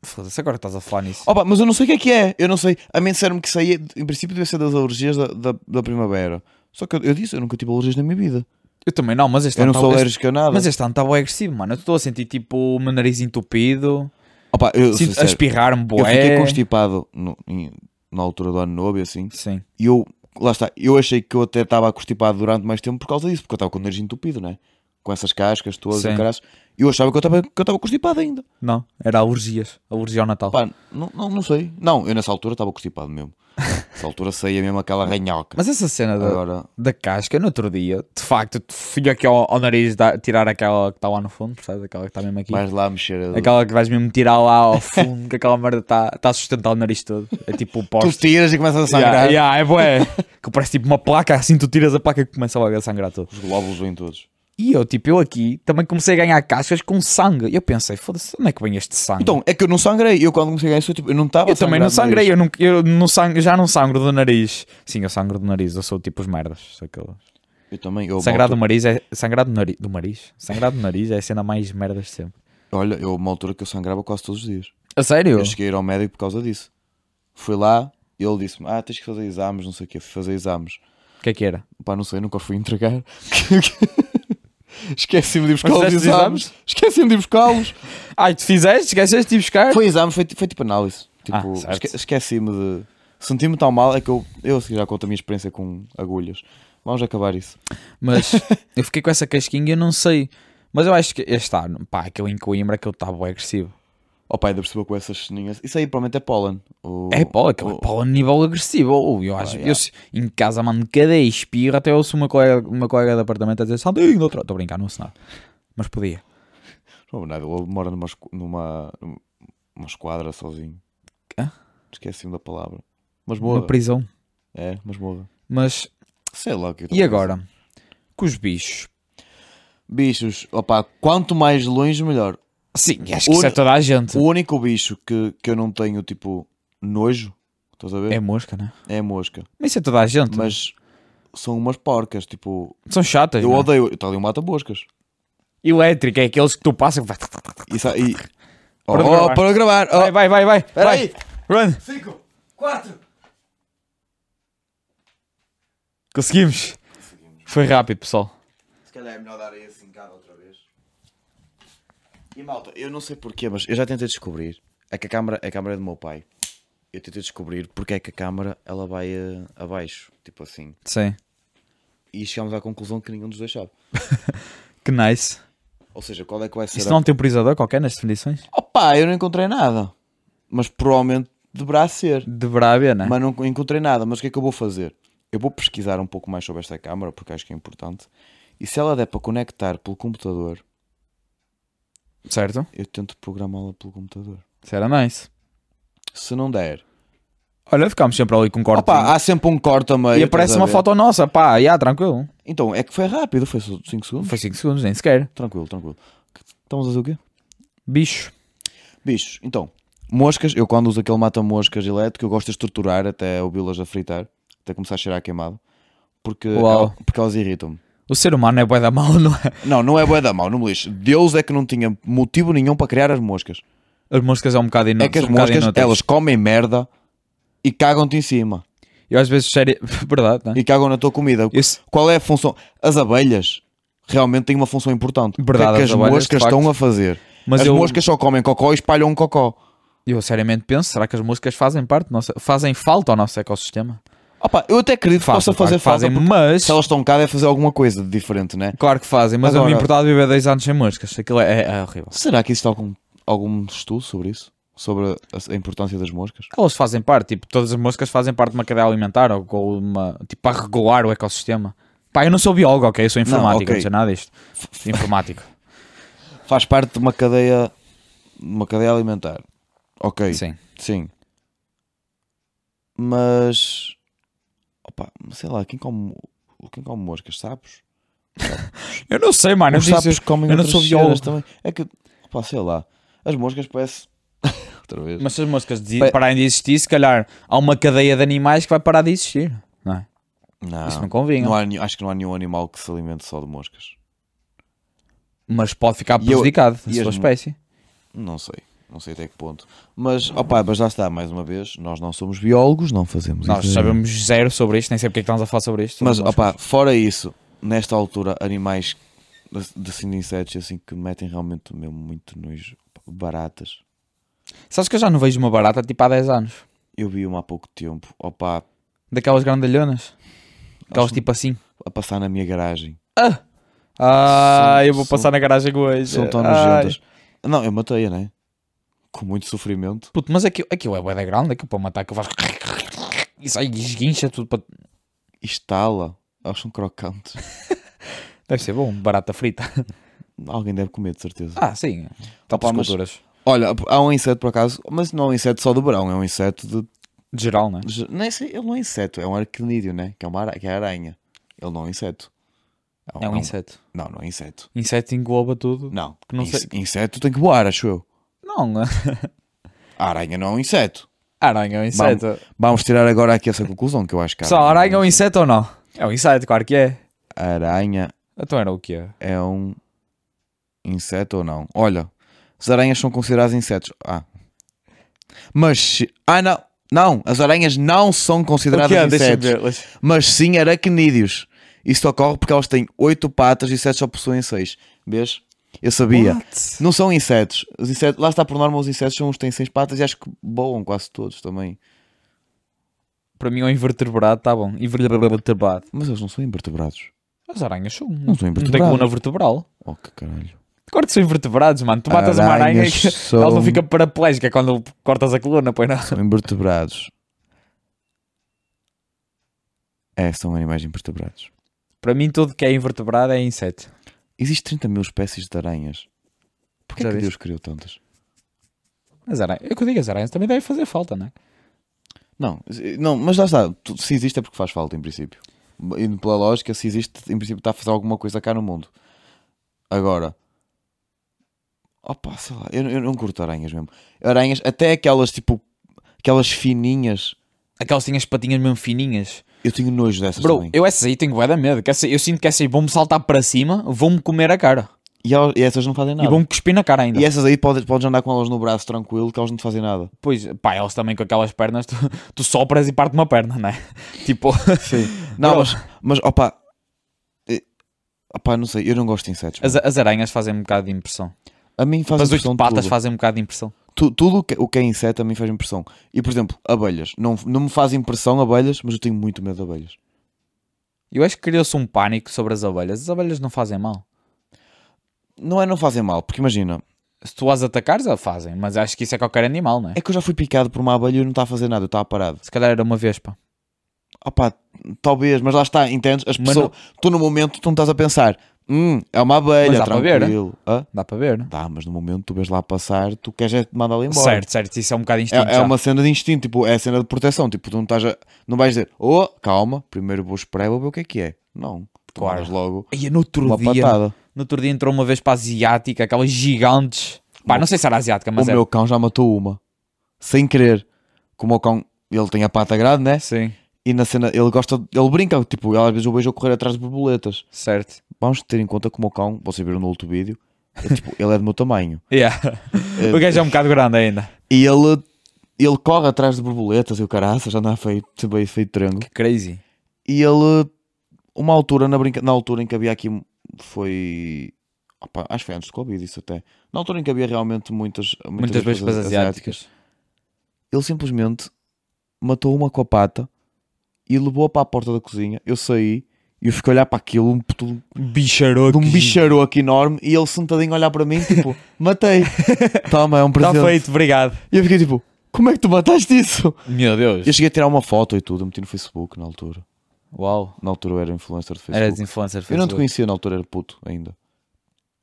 S2: foda-se, agora estás a falar nisso.
S1: Opa, mas eu não sei o que é que é. Eu não sei. A mim disseram-me que isso aí, em princípio, devia ser das alergias da, da, da primavera. Só que eu, eu disse, eu nunca tive alergias na minha vida.
S2: Eu também não, mas este
S1: Eu
S2: ano
S1: não sou
S2: tá- este-
S1: alérgico a nada.
S2: Mas este ano estava agressivo, mano. Eu estou a sentir tipo o meu nariz entupido,
S1: Opa, eu,
S2: sinto a
S1: sincero,
S2: espirrar-me
S1: eu fiquei
S2: boé.
S1: constipado no- em- na altura do ano novo e assim.
S2: Sim.
S1: E eu, lá está, eu achei que eu até estava constipado durante mais tempo por causa disso, porque eu estava com o nariz entupido, né? Com essas cascas todas
S2: Sim.
S1: e caras. Eu achava que eu estava que eu estava constipado ainda.
S2: Não, era alergias. Alergia ao Natal.
S1: Pá, não, não, não sei. Não, eu nessa altura estava constipado mesmo. Nessa altura saía mesmo aquela ranhoca.
S2: Mas uh, essa cena da,
S1: Agora,
S2: da casca, no outro dia, de facto, eu fui aqui ao, ao nariz da- tirar aquela que está lá no fundo, percebes? Aquela que está mesmo aqui.
S1: vais lá mexer a...
S2: Aquela que vais mesmo tirar lá ao fundo, que aquela merda está tá a sustentar o nariz todo. É tipo o
S1: Tu
S2: poste.
S1: tiras e começas a sangrar.
S2: Yeah, yeah, é bué. que parece tipo uma placa, assim tu tiras a placa que começa logo a sangrar todo.
S1: Os glóbulos vêm todos.
S2: E eu, tipo, eu aqui também comecei a ganhar cascas com sangue. E eu pensei, foda-se, onde é que vem este sangue?
S1: Então, é que eu não sangrei. Eu quando comecei a ganhar isso, eu, tipo, eu não estava
S2: eu também não
S1: sangrado
S2: sangrei, eu, não, eu não sang- já não sangro do nariz. Sim, eu sangro do nariz, eu sou tipo os merdas. sou aquele-
S1: Eu também. Eu, uma
S2: Sangrado do nariz é. Sangrado do nariz. Do nariz? Sangrado do nariz é a cena mais merdas de sempre.
S1: altura- Olha, eu uma altura que eu sangrava quase todos os dias.
S2: A sério?
S1: Eu cheguei a ir ao médico por causa disso. Fui lá e ele disse-me: Ah, tens que fazer exames, não sei o quê. Fui fazer exames.
S2: O que é que era?
S1: Pá, não sei, nunca fui entregar. Esqueci-me de ir buscar
S2: Mas
S1: os
S2: fizeste
S1: exames. Esqueci-me de ir buscá-los.
S2: Ai, tu fizeste? Esqueceste de ir buscar?
S1: foi exames, foi, ti- foi tipo análise. Tipo,
S2: Ah, certo.
S1: esque- esqueci-me de. Senti-me tão mal, é que eu, eu assim, já conto a minha experiência com agulhas. Vamos acabar isso.
S2: Mas eu fiquei com essa casquinha, eu não sei. Mas eu acho que este ano, pá, aquele em Coimbra que eu estava agressivo.
S1: Oh pai, ainda percebeu com essas ceninhas. Isso aí provavelmente é pólen. O-
S2: É pó, aquele
S1: o-
S2: pó a nível agressivo. Ou eu acho,
S1: Ah,
S2: eu, se- em casa, mano, cada espirro, até ouço uma colega, uma colega de apartamento a dizer Santinho, doutor. Estou a brincar, não ouço nada. Mas podia.
S1: Não, nada, ele mora numa, esqu- numa, numa esquadra sozinho.
S2: Hã?
S1: Esqueci-me da palavra.
S2: Uma
S1: Masmorra.
S2: prisão.
S1: É, masmorra.
S2: Mas,
S1: Sei lá o que eu
S2: e
S1: tava a
S2: agora? Com os bichos.
S1: dizer. Bichos, opá, quanto mais longe, melhor.
S2: Sim, acho que isso é
S1: Uni-
S2: toda a gente.
S1: O único bicho que, que eu não tenho, tipo, nojo, estás a ver?
S2: É mosca, né?
S1: É, a mosca.
S2: Mas isso é toda a gente.
S1: Mas são umas porcas, tipo,
S2: São chatas.
S1: eu
S2: né?
S1: odeio. Está ali um mata-moscas.
S2: Elétrica, é aqueles que tu passas. Vai,
S1: E, sa- e... Oh,
S2: Para é? de
S1: oh,
S2: gravar.
S1: para de gravar! Oh,
S2: vai, vai, vai. vai. vai.
S1: aí.
S2: Run.
S1: 5, 4.
S2: Conseguimos. Foi rápido, pessoal.
S1: Se calhar é melhor dar aí assim cada outra vez. E malta, eu não sei porquê, mas eu já tentei descobrir. É que a câmara, a câmara é do meu pai. Eu tentei descobrir porque é que a câmara ela vai eh, abaixo, tipo assim.
S2: Sim.
S1: E chegámos à conclusão que nenhum dos dois sabe.
S2: Que nice.
S1: Ou seja, qual é que vai ser
S2: Isso
S1: a-
S2: não é um temporizador qualquer nas definições?
S1: Opa, eu não encontrei nada. Mas provavelmente deverá ser.
S2: Deverá haver, né?
S1: Mas não encontrei nada. Mas o que é que eu vou fazer? Eu vou pesquisar um pouco mais sobre esta câmara, porque acho que é importante. E se ela der para conectar pelo computador,
S2: Certo?
S1: eu tento programá-la pelo computador.
S2: Isso era nice.
S1: Se não der,
S2: Olha, ficámos sempre ali com um corte.
S1: Opa, há sempre um corte a meio.
S2: e aparece
S1: estás a
S2: uma
S1: ver?
S2: foto nossa, pá, já, tranquilo.
S1: Então, é que foi rápido, foi só 5 segundos.
S2: Foi 5 segundos, nem sequer.
S1: Tranquilo, tranquilo. Estamos a fazer o quê?
S2: Bicho.
S1: Bichos, então, moscas, eu quando uso aquele mata-moscas elétrico, eu gosto de estruturar até ouvi-las a fritar, até começar a cheirar queimado, porque,
S2: Uau.
S1: porque elas irritam-me.
S2: O ser humano é bué da mal, não é?
S1: Não, não é boa da mal, não me lixe. Deus é que não tinha motivo nenhum para criar as moscas.
S2: As moscas é um bocado inútil.
S1: É que as
S2: um bocado
S1: moscas,
S2: inúteis.
S1: elas comem merda e cagam-te em cima.
S2: Eu às vezes sério. Verdade, não é?
S1: E cagam na tua comida.
S2: Eu se-
S1: Qual é a função? As abelhas realmente têm uma função importante. O que é
S2: Verdade,
S1: que
S2: as
S1: as
S2: abelhas, de
S1: moscas
S2: facto.
S1: estão a fazer?
S2: Mas
S1: As
S2: eu,
S1: moscas só comem cocó e espalham um cocó.
S2: eu seriamente penso, será que as moscas fazem parte do nosso- fazem falta ao nosso ecossistema?
S1: Opa, eu até acredito que possa
S2: Façam, claro
S1: fazer
S2: que fazem,
S1: falta. porque
S2: mas
S1: Se elas estão cá, deve fazer alguma coisa de diferente, né?
S2: claro que fazem, mas eu não me
S1: Agora-
S2: importava de viver 10 anos sem moscas. Aquilo é, é- é horrível.
S1: Será que existe algum, algum estudo sobre isso? Sobre a, a importância das moscas?
S2: Elas fazem parte, tipo, todas as moscas fazem parte de uma cadeia alimentar ou, ou uma, tipo, para regular o ecossistema. Pá, eu não sou biólogo, ok? Eu sou informático, não,
S1: ok.
S2: sei nada disto. Informático.
S1: Faz parte de uma cadeia. de uma cadeia alimentar. Ok.
S2: Sim.
S1: Sim. Mas. Opa, sei lá, quem come, quem come moscas? Sapos?
S2: Eu Ah, não sei, mano.
S1: Os
S2: eu disse-
S1: sapos comem
S2: eu não
S1: outras
S2: sou
S1: cenas
S2: biólogo.
S1: também. É que. Opa, sei lá. As moscas parece. Outra vez.
S2: Mas se as moscas de-
S1: Pa-
S2: pararem de existir, se calhar há uma cadeia de animais que vai parar de existir. Não é?
S1: não.
S2: Isso não convinha.
S1: Ah. Não há nenhum- acho que não há nenhum animal que se alimente só de moscas.
S2: Mas pode ficar
S1: E eu-
S2: prejudicado
S1: e
S2: a sua
S1: as-
S2: espécie.
S1: Não sei. Não sei até que ponto. Mas, opa, mas lá está, mais uma vez, nós não somos biólogos, não fazemos
S2: Nós
S1: isso.
S2: sabemos zero sobre isto, nem sei porque é que estamos a falar sobre isto. sobre
S1: Mas,
S2: moscas.
S1: opa, fora isso, nesta altura, animais de- de assim, de insetos assim que metem realmente mesmo muito nojo, pá, baratas.
S2: Sabes que eu já não vejo uma barata tipo há 10 anos?
S1: Eu vi uma há pouco tempo, opa,
S2: Daquelas grandalhonas? Aquelas
S1: Acho-
S2: tipo assim.
S1: a passar na minha garagem.
S2: Ah,
S1: São-
S2: eu vou
S1: são-
S2: passar na garagem hoje.
S1: São tão
S2: Ai.
S1: nojentas. Não, eu matei-a, né? Com muito sofrimento.
S2: Puto, mas aquilo, aquilo é bué da grande, aquilo para matar, aquilo faz... Isso aí esguincha tudo para...
S1: E Estala. Elas são crocantes.
S2: Deve ser bom, barata frita.
S1: Alguém deve comer, de certeza.
S2: Ah, sim. Tá
S1: Opa,
S2: para
S1: mas-
S2: culturas.
S1: Olha, há um inseto por acaso, mas não é um inseto só do verão, é um inseto de
S2: De geral, não é?
S1: Ge- Nem sei, ele não é inseto, é um aracnídeo, né? Que é, uma ara- que é aranha. Ele não é inseto.
S2: É um inseto.
S1: Não, não é inseto.
S2: Inseto engloba tudo.
S1: Não.
S2: Que não
S1: Inse-
S2: sei-
S1: Inseto tem que voar, acho eu.
S2: Não, né?
S1: A aranha não é um inseto.
S2: aranha é um inseto.
S1: Vamos tirar agora aqui essa conclusão que eu acho que a
S2: Pessoal, aranha é um inseto ou não? É um inseto, claro que é.
S1: A aranha
S2: Então era o que é?
S1: é um inseto ou não? Olha, as aranhas são consideradas insetos. Ah. Mas. se- Ah, não. Não, as aranhas não são consideradas
S2: é?
S1: insetos. mas sim aracnídeos. Isto ocorre porque elas têm oito patas e sete só possuem seis. Vês? Eu sabia.
S2: What?
S1: Não são insetos. Os insetos. Lá está por norma, os insetos são os que têm seis patas e acho que boam quase todos também.
S2: Para mim é um invertebrado, tá bom. Invertebrado.
S1: Mas eles não são invertebrados.
S2: As aranhas são. um- é
S1: Não são
S2: Não tem
S1: invertebrados.
S2: coluna vertebral.
S1: Oh, que caralho.
S2: Claro que são invertebrados, mano. Tu matas uma aranha
S1: Aranhas
S2: que
S1: são-
S2: ela não fica paraplégica quando cortas a coluna, pois não?
S1: São invertebrados. É, são animais invertebrados.
S2: Para mim tudo que é invertebrado é inseto.
S1: Existem 30 mil espécies de aranhas. Porquê
S2: Já
S1: que
S2: viste?
S1: Deus criou tantas?
S2: As aranhas, eu que digo, as aranhas também devem fazer falta, não é?
S1: Não, não, mas lá está, tu- se existe é porque faz falta em princípio. Indo pela lógica, se existe, em princípio está a fazer alguma coisa cá no mundo. Agora, opa, sei lá, eu, eu não curto aranhas mesmo. Aranhas, até aquelas tipo, aquelas fininhas,
S2: Aquelas tinhas patinhas mesmo fininhas.
S1: eu tenho nojo dessas
S2: Bro,
S1: também.
S2: eu essas aí tenho bué da medo. que essa- eu sinto que essas aí vão-me saltar para cima, vão-me comer a cara.
S1: E, elas- e essas não fazem
S2: E
S1: nada.
S2: vão-me cuspir na cara ainda.
S1: E é- essas aí podes, podes andar com elas no braço tranquilo que elas não te fazem nada.
S2: Pois, pá, elas também com aquelas pernas, tu, tu sopras e parte uma perna, não é? Tipo,
S1: Sim. Não,
S2: Bro.
S1: mas, mas opa, eh, opa, não sei, eu não gosto de insetos.
S2: as,
S1: mano.
S2: as aranhas fazem um bocado de impressão.
S1: A mim faz
S2: As
S1: impressão
S2: oito patas
S1: tudo.
S2: fazem um bocado de impressão.
S1: Tu- tudo o que, o que é inseto a mim faz impressão. E por exemplo, abelhas. Não, não me faz impressão abelhas, mas eu tenho muito medo de abelhas.
S2: Eu acho que criou-se um pânico sobre as abelhas. As abelhas não fazem mal.
S1: Não é não fazem mal, porque imagina,
S2: Se tu as atacares, elas fazem. Mas acho que isso é qualquer animal, não é?
S1: é que eu já fui picado por uma abelha e eu não estava a fazer nada, eu estava parado.
S2: Se calhar era uma vespa.
S1: Opa, talvez, mas lá está, entendes? As
S2: Mas
S1: pessoas, tu no momento tu não estás a pensar, hum, é uma abelha,
S2: Mas dá para ver, né?"
S1: tranquilo. Hã?
S2: Dá para ver, não? é?
S1: Dá, mas no momento tu vês lá passar, tu queres é mandá-la embora.
S2: Certo, certo. Isso é um bocado instinto.
S1: É, é
S2: já.
S1: uma cena de instinto, tipo, é a cena de proteção. Tipo, tu não estás a. Não vais dizer, oh, calma, primeiro vou esperar e vou ver o que é que é. Não, tu
S2: Claro.
S1: vais logo
S2: Ai, no outro
S1: uma
S2: dia,
S1: patada.
S2: no outro dia entrou uma vespa asiática, aquelas gigantes. Pá, não sei se era asiática, mas
S1: o
S2: é. era.
S1: meu cão já matou uma. Sem querer. Como o cão, ele tem a pata grande, né?
S2: Sim,
S1: E na cena, ele gosta, de- ele brinca, tipo, eu às vezes eu vejo a correr atrás de borboletas.
S2: certo.
S1: Vamos ter em conta como o cão, vocês viram no outro vídeo, é, tipo, ele é do meu tamanho.
S2: Yeah. o gajo é um bocado grande ainda.
S1: E ele, ele corre atrás de borboletas e o caraças, já anda feito, tipo, bem feito triângulo.
S2: Crazy.
S1: E ele, uma altura, na, brinca, na altura em que havia aqui, foi opá, acho que foi antes do Covid isso até. Na altura em que havia realmente muitas,
S2: Muitas vezes para as asiáticas.
S1: ele simplesmente matou uma com a pata e levou-a para a porta da cozinha. Eu saí e eu fiquei a olhar para aquilo, um, puto- de
S2: Bicharoco.
S1: um bicharoco aqui enorme, e ele sentadinho a olhar para mim, tipo, matei. Toma, é um
S2: Está
S1: presente.
S2: Tá feito, obrigado.
S1: E eu fiquei tipo, como é que tu mataste isso?
S2: Meu Deus.
S1: Eu cheguei a tirar uma foto e tudo, eu meti no Facebook na altura.
S2: Uau.
S1: Na altura eu era influencer de Facebook.
S2: Eras
S1: eu
S2: influencer.
S1: não te
S2: Facebook.
S1: conhecia na altura, era puto ainda.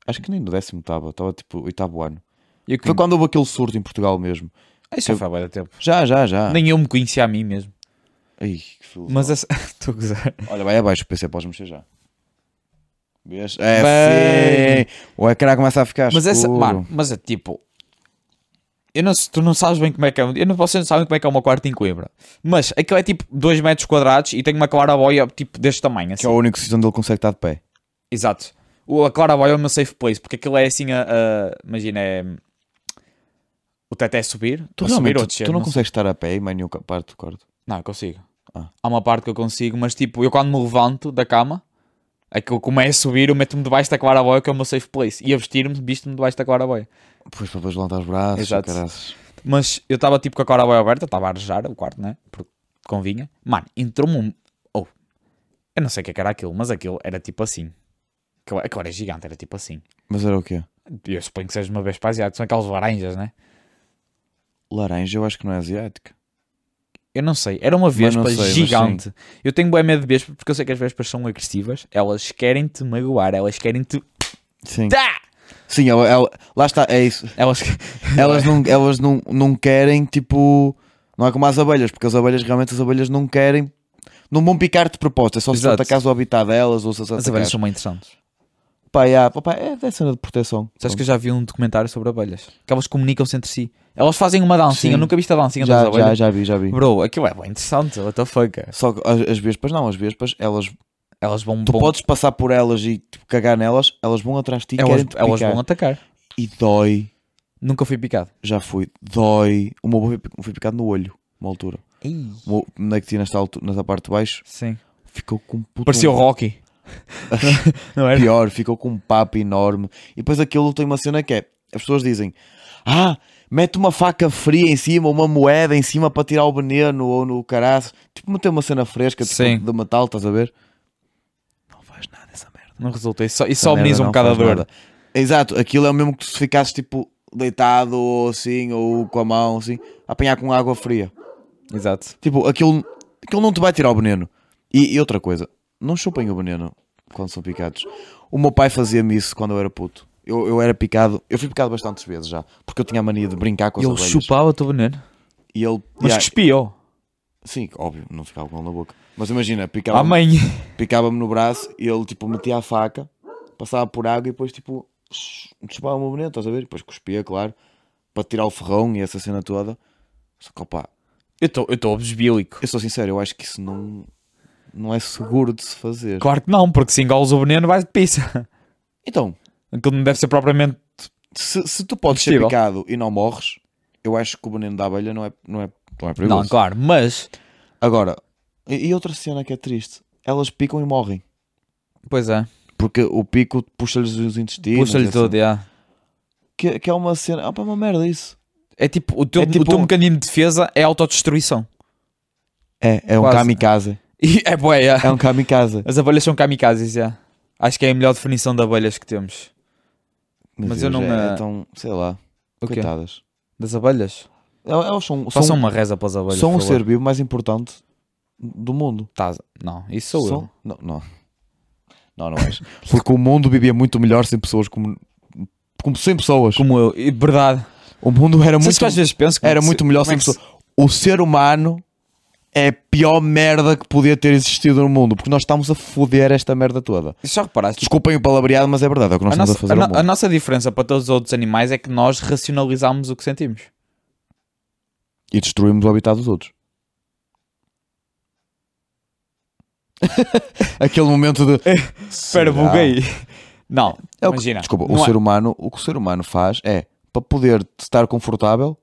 S1: Acho que nem no décimo estava, estava tipo oitavo ano.
S2: Eu
S1: Foi
S2: conhe-
S1: quando houve aquele surto em Portugal mesmo.
S2: Ah, Isso já foi há bué de tempo.
S1: Já, já, já.
S2: Nem eu me conhecia a mim mesmo.
S1: Ai, que filosofia.
S2: Mas essa- estou a gozar.
S1: Olha, vai abaixo, o PC podes mexer já. Vês? É
S2: Bem.
S1: sim! O ecrã começa a ficar
S2: Mas essa,
S1: escuro.
S2: mano, mas é tipo. Eu não, sei- tu não sabes bem como é que é. Eu não, vocês não sabem como é que é uma quarta em Coimbra. Mas aquilo é tipo 2 metros quadrados e tem uma clarabóia tipo deste tamanho. Assim.
S1: Que é o único sítio onde ele consegue estar de pé.
S2: Exato. O, a clarabóia é o meu safe place porque aquilo é assim a. a- imagina, é. O teto é subir.
S1: Tu
S2: a subir
S1: realmente,
S2: ou a
S1: tu-
S2: descer,
S1: tu não
S2: sei.
S1: consegues estar a pé em mais nenhuma parte do quarto.
S2: Não, eu consigo.
S1: Ah.
S2: Há uma parte que eu consigo, mas tipo, eu quando me levanto da cama, é que eu começo a subir, eu meto-me debaixo da clarabóia, que é o meu safe place. E a vestir-me, visto-me debaixo da clarabóia.
S1: Pois para depois levantar os braços,
S2: Exato.
S1: caraças.
S2: Mas eu estava tipo com a clarabóia aberta, estava a arejar o quarto, né? Porque convinha. Mano, entrou-me um... Oh, eu não sei o que é que era aquilo, mas aquilo era tipo assim. Aquilo, aquilo era gigante, era tipo assim.
S1: Mas era o quê?
S2: Eu suponho que seja uma vez para asiático, são aquelas laranjas, né?
S1: Laranja eu acho que não é asiática.
S2: Eu não sei, era uma
S1: Mas não
S2: vespa
S1: sei, mas
S2: gigante. Eu tenho bem medo de vespa porque eu sei que as vespas são agressivas, elas querem te magoar, elas querem te.
S1: Sim.
S2: Tá!
S1: Sim, ela- ela- lá está, é isso.
S2: Elas.
S1: Elas, não, elas não, não querem, tipo... Não é como as abelhas, porque as abelhas, realmente, as abelhas não querem... Não vão picar de propósito, é só se tu
S2: Exato.
S1: atacares o habitat delas ou se
S2: As
S1: atacares.
S2: abelhas são bem interessantes.
S1: Pá, já, pá, pá, é da cena de proteção.
S2: Sabes que eu já vi um documentário sobre abelhas que elas comunicam-se entre si. Elas fazem uma dancinha,
S1: Sim.
S2: nunca viste a dancinha das
S1: já,
S2: abelhas?
S1: já, já vi, já vi.
S2: Bro, aquilo é bem interessante, what the fuck.
S1: Só que as, as vespas não, as vespas, elas,
S2: Elas vão.
S1: tu
S2: vão-
S1: podes passar por elas e tipo, cagar nelas, elas vão atrás de ti e
S2: elas,
S1: querem te
S2: elas
S1: picar.
S2: vão atacar.
S1: E dói,
S2: Nunca fui picado.
S1: já fui, dói. O meu foi, foi picado no olho, uma altura. O meu, na que tinha nesta, altura, nesta parte de baixo,
S2: Sim.
S1: ficou com um puto...
S2: Parecia o Rocky. não era?
S1: Pior, ficou com um papo enorme. E depois aquilo tem uma cena que é, as pessoas dizem, ah, mete uma faca fria em cima, uma moeda em cima para tirar o veneno ou no caraço. Tipo, meter uma cena fresca, tipo,
S2: Sim.
S1: de metal, estás a ver? Não faz nada essa merda.
S2: Não resulta. Isso só, isso
S1: Essa
S2: só ameniza um
S1: merda
S2: bocado
S1: não
S2: a
S1: faz
S2: dor.
S1: nada. Exato, aquilo é o mesmo que se ficasses tipo deitado ou assim, ou com a mão assim, a apanhar com água fria.
S2: Exato.
S1: Tipo, aquilo, aquilo não te vai tirar o veneno. E, e outra coisa, não chupem o veneno quando são picados. O meu pai fazia-me isso quando eu era puto. Eu, eu era picado, eu fui picado bastantes vezes já, porque eu tinha a mania de brincar com as
S2: Ele
S1: abelhas.
S2: chupava-te o veneno.
S1: E ele,
S2: Mas
S1: yeah,
S2: que espiou.
S1: sim, óbvio, não ficava com ele na boca. Mas imagina,
S2: À
S1: picava-me
S2: Ah, mãe.
S1: picava-me no braço e ele tipo metia a faca, passava por água e depois tipo chupava o meu veneno, estás a ver? E depois cuspia, claro, para tirar o ferrão e essa cena toda. Só que opá,
S2: Eu estou obsbílico.
S1: eu sou sincero, eu acho que isso não, não é seguro de se fazer.
S2: Claro que não, porque se engoles o veneno vais de pizza.
S1: Então,
S2: Aquilo não deve ser propriamente.
S1: se, se tu podes ser
S2: Possível.
S1: picado e não morres, eu acho que o veneno da abelha não é, não é, não é perigoso.
S2: Não, claro, mas.
S1: Agora, e e outra cena que é triste, elas picam e morrem.
S2: Pois é.
S1: Porque o pico puxa-lhes os intestinos.
S2: Puxa-lhe
S1: essa-
S2: tudo, já.
S1: Que, que é uma cena. Ah, pá, uma merda isso.
S2: É tipo, o teu,
S1: É tipo
S2: o teu
S1: um-
S2: mecanismo de defesa é autodestruição.
S1: É, é um
S2: Quase.
S1: kamikaze.
S2: E é boa, já.
S1: É um kamikaze.
S2: As abelhas são kamikazes, já. Acho que é a melhor definição de abelhas que temos. Mas eu não,
S1: É,
S2: eh,
S1: é tão, sei lá,
S2: O quê?
S1: coitadas.
S2: Das abelhas?
S1: El- Elas são,
S2: Façam
S1: são,
S2: uma reza para as abelhas.
S1: são um o
S2: por favor.
S1: ser vivo mais importante do mundo.
S2: Tá- Não, isso sou
S1: São-
S2: eu.
S1: né? Não, não. Não, não és. Porque o mundo vivia muito melhor sem pessoas como. Como 100 pessoas.
S2: Como eu. E, verdade.
S1: O mundo era
S2: Muito,
S1: É muito,
S2: que às vezes penso que
S1: era
S2: se-
S1: muito melhor
S2: como
S1: sem
S2: é que se-
S1: pessoas. O ser humano é a pior merda que podia ter existido no mundo. Porque nós estamos a foder esta merda toda.
S2: Já reparaste?
S1: Desculpem o palavreado, mas é verdade. É o que nós
S2: A
S1: estamos
S2: nossa,
S1: a fazer.
S2: a
S1: ao
S2: no-
S1: mundo.
S2: a nossa diferença para todos os outros animais é que nós racionalizamos o que sentimos.
S1: E destruímos o habitat dos outros. Aquele momento de.
S2: Espera,
S1: Será?
S2: buguei. Não,
S1: É o que-
S2: imagina.
S1: desculpa,
S2: não
S1: o
S2: é-
S1: ser humano, o que o ser humano faz é, para poder estar confortável,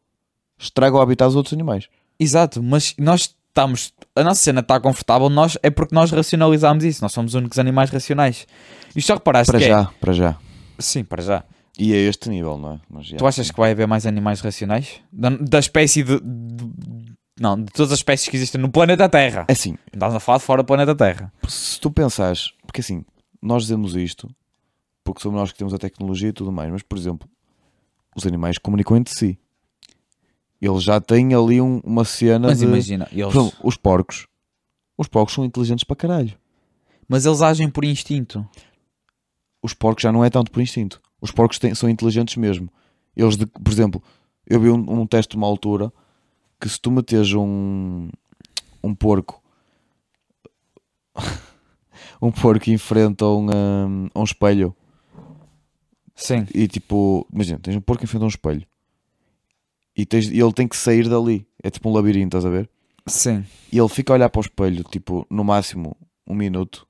S1: estraga o habitat dos outros animais.
S2: Exato, mas nós estamos. A nossa cena está confortável nós, é porque nós racionalizamos isso. Nós somos os únicos animais racionais. E já reparaste
S1: Para
S2: que é-
S1: já, para já.
S2: Sim, para já.
S1: E a este nível, não é? Mas, já,
S2: Tu achas
S1: sim.
S2: que vai haver mais animais racionais? Da, da espécie de, de- Não, de todas as espécies que existem no planeta Terra.
S1: É assim,
S2: Não estás a falar de fora do planeta Terra.
S1: se tu pensares, porque assim, nós dizemos isto porque somos nós que temos a tecnologia e tudo mais, mas por exemplo, os animais comunicam entre si. Eles já têm ali um- uma cena
S2: Mas
S1: de...
S2: imagina, eles...
S1: Por exemplo, os porcos. Os porcos são inteligentes para caralho.
S2: Mas eles agem por instinto.
S1: Os porcos já não é tanto por instinto. Os porcos têm- são inteligentes mesmo. Eles, de- por exemplo, eu vi um, um teste de uma altura que se tu meteres um, um porco um porco em frente a um, hum, a um espelho
S2: Sim.
S1: e tipo, imagina, tens um porco em frente a um espelho e, tens, e ele tem que sair dali. É tipo um labirinto, estás a ver?
S2: Sim.
S1: E ele fica a olhar para o espelho, tipo, no máximo um minuto.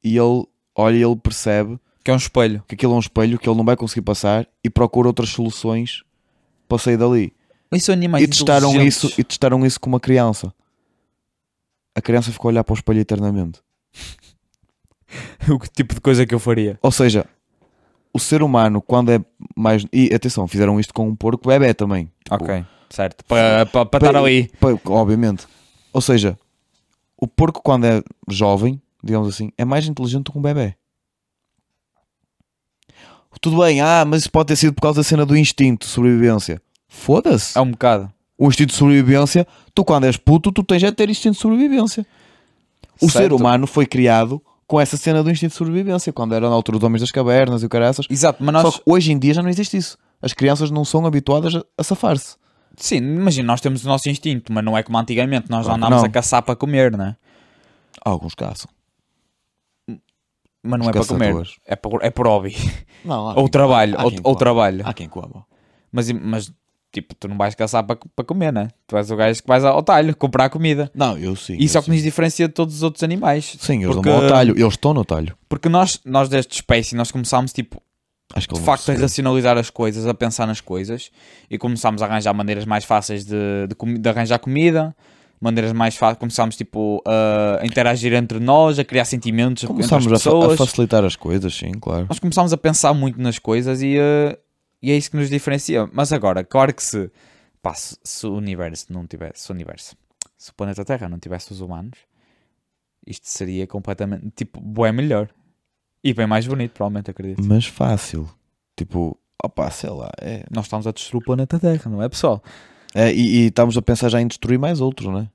S1: E ele olha e ele percebe
S2: Que é um espelho.
S1: que aquilo é um espelho que ele não vai conseguir passar e procura outras soluções para sair dali.
S2: Isso é animais
S1: e, testaram
S2: inteligentes.
S1: isso, e testaram isso com uma criança. A criança ficou a olhar para o espelho eternamente.
S2: o que tipo de coisa que eu faria?
S1: Ou seja, o ser humano, quando é mais. E atenção, fizeram isto com um porco bebé também. Tipo,
S2: Ok, certo. Para pa, pa
S1: Pa-
S2: estar ali.
S1: pa- obviamente. Ou seja, o porco, quando é jovem, digamos assim, é mais inteligente do que um bebê. Tudo bem, ah, mas isso pode ter sido por causa da cena do instinto de sobrevivência. Foda-se.
S2: É um bocado.
S1: O instinto de sobrevivência, tu quando és puto, tu tens é de ter instinto de sobrevivência. O ser
S2: Certo.
S1: humano foi criado com essa cena do instinto de sobrevivência, quando era na altura dos homens das cavernas e o caraças.
S2: Exato, mas
S1: Só
S2: nós.
S1: que hoje em dia já não existe isso. As crianças não são habituadas a- a safar-se.
S2: Sim, imagina, nós temos o nosso instinto, mas não é como antigamente. Nós já
S1: Claro que
S2: andámos
S1: não.
S2: a caçar para comer, né?
S1: Alguns caçam.
S2: Mas não
S1: Os
S2: é para comer.
S1: caçadores.
S2: É por, é por hobby.
S1: Não, há
S2: ou
S1: quem-
S2: trabalho.
S1: há
S2: Ou,
S1: quem
S2: ou
S1: coma.
S2: trabalho.
S1: Há quem coma.
S2: Mas, mas, tipo, tu não vais caçar para, para comer, né? Tu és o gajo que vais ao talho comprar comida.
S1: Não, eu sim.
S2: Isso é
S1: eu
S2: o que nos diferencia de todos os outros animais.
S1: Sim, eles
S2: Porque-
S1: dão ao talho. Eles estão no talho.
S2: Porque nós, nós desta espécie, nós começámos, tipo,
S1: Acho que
S2: de
S1: ele não
S2: facto a
S1: percebeu.
S2: racionalizar as coisas, a pensar nas coisas e começámos a arranjar maneiras mais fáceis de, de, comi- de arranjar comida, maneiras mais fáceis, começámos tipo a a interagir entre nós, a criar sentimentos
S1: Começámos
S2: entre
S1: a,
S2: as
S1: fa-
S2: pessoas.
S1: a facilitar as coisas, sim, claro.
S2: Nós começámos a pensar muito nas coisas e, eh, e é isso que nos diferencia. Mas agora, claro que se, pá, se, se o universo não tivesse, se o universo, se o planeta Terra não tivesse os humanos, isto seria completamente, tipo, bem melhor. E bem mais bonito, provavelmente, acredito.
S1: Mas fácil. Tipo, opá, sei lá. É...
S2: Nós estamos a destruir o planeta Terra, não é, pessoal?
S1: É, e, e estamos a pensar já em destruir mais outros, né?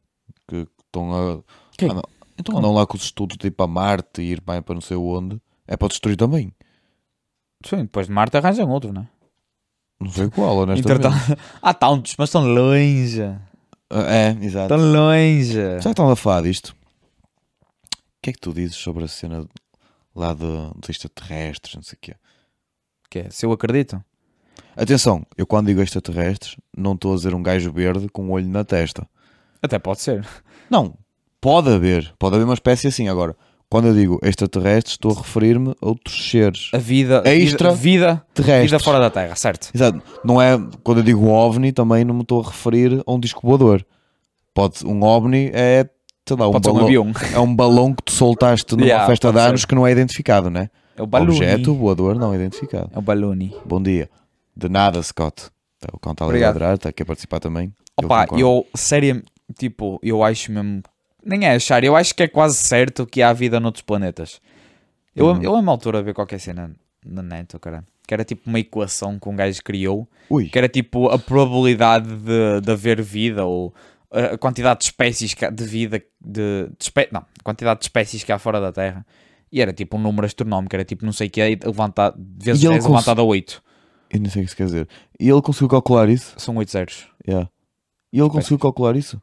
S1: Que que estão a.
S2: Quem?
S1: Ah, não.
S2: Então,
S1: Andam lá com os estudos de ir para Marte e ir para para não sei onde. É para destruir também.
S2: Sim, depois de Marte arranjam outro, não é?
S1: Não sei qual, honestamente.
S2: Entretanto, há tantos, mas estão longe.
S1: Ah, É, exato.
S2: Estão longe.
S1: Já estão a falar disto. O que é que tu dizes sobre a cena lá do- dos extraterrestres, não sei o quê?
S2: Que é, se eu acredito.
S1: Atenção, eu quando digo extraterrestres, não estou a dizer um gajo verde com um olho na testa.
S2: Até pode ser.
S1: Não, pode haver, pode haver uma espécie assim. Agora, quando eu digo extraterrestres, estou a referir-me a outros seres
S2: A vida.
S1: É extra?
S2: Vida, vida, vida
S1: terrestres.
S2: fora da Terra, certo?
S1: Exato, não é, quando eu digo OVNI, também não me estou a referir a um disco voador. Pode, um OVNI é, sei lá, um
S2: Pode ser um
S1: balão,
S2: avião.
S1: é um balão que tu soltaste numa
S2: Yeah,
S1: festa de
S2: pode
S1: anos que não é identificado, né?
S2: É o baluni.
S1: Objeto voador não identificado.
S2: É o baluni.
S1: Bom dia. De nada, Scott. Então, o Cantal
S2: Obrigado.
S1: Ladrar está aqui a participar também. Eu
S2: Opa,
S1: concordo.
S2: eu, sério, tipo, eu acho mesmo. Nem é achar, eu acho que é quase certo que há vida noutros planetas. Eu,
S1: Uhum.
S2: eu a uma altura a ver qualquer cena na net, oh, caralho, que era tipo uma equação que um gajo criou
S1: Ui,
S2: que era tipo a probabilidade de, de haver vida ou a a quantidade de espécies que há- de vida de, de espé- não, a quantidade de espécies que há fora da Terra e era tipo um número astronómico, era tipo não sei o que é levantado vezes
S1: E ele
S2: 10
S1: cons-
S2: levantado a 8
S1: eu não sei o que isso quer dizer. E ele conseguiu calcular isso?
S2: são 8 zeros
S1: Yeah. E ele conseguiu calcular isso?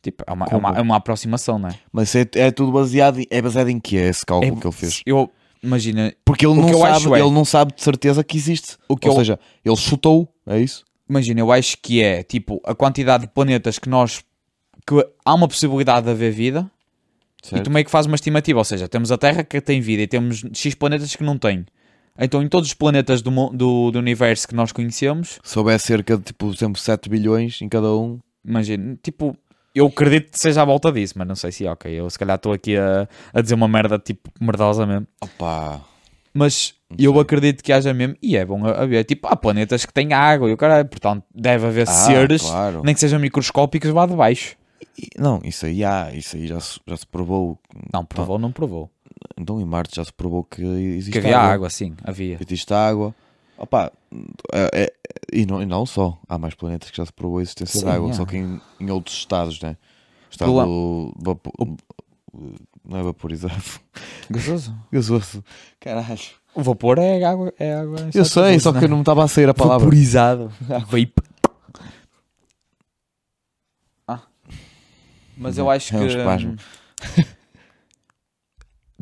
S2: tipo, é, uma, é,
S1: Como?
S2: uma, é uma aproximação, não é?
S1: Mas é, é tudo baseado em, é baseado em que é esse cálculo que ele fez?
S2: Eu imagina,
S1: Porque ele
S2: o
S1: não
S2: que eu
S1: sabe,
S2: acho é-
S1: ele não sabe de certeza que existe.
S2: O que
S1: Ou
S2: eu-
S1: seja, ele chutou, é isso?
S2: imagina, eu acho que é tipo a quantidade de planetas que nós que há uma possibilidade de haver vida E tu meio que fazes uma estimativa, ou seja, temos a Terra que tem vida e temos X planetas que não tem. Então, em todos os planetas do, mu- do, do universo que nós conhecemos,
S1: Se houver cerca de tipo, por exemplo, 7 bilhões em cada um.
S2: imagina, tipo, eu acredito que seja à volta disso, mas não sei se é ok. Eu se calhar estou aqui a, a dizer uma merda, tipo, merdosa mesmo.
S1: Opa,
S2: Mas eu acredito que haja mesmo, e é bom a- haver. Tipo, há planetas que têm água e o cara, portanto, deve haver seres,
S1: Ah, claro.
S2: nem que sejam microscópicos lá de baixo.
S1: E- Não, isso aí há, isso aí já se, já se provou.
S2: Não, provou, não provou.
S1: Então em Marte já se provou Tá. que existe
S2: Que havia água, sim, havia.
S1: Existe água. Opa, é- é- e, não, e não só. Há mais planetas que já se provou a existência
S2: Sim,
S1: de água,
S2: há.
S1: só que em, em outros estados, né? Estado vapo- não é vaporizado.
S2: Gostoso.
S1: Gasoso. Caralho.
S2: O vapor é água. É água
S1: Eu sei, só que
S2: né?
S1: eu não me estava a sair a palavra.
S2: Vaporizado. Vape. Ah. Mas eu acho que.
S1: É um espasmo.
S2: hum,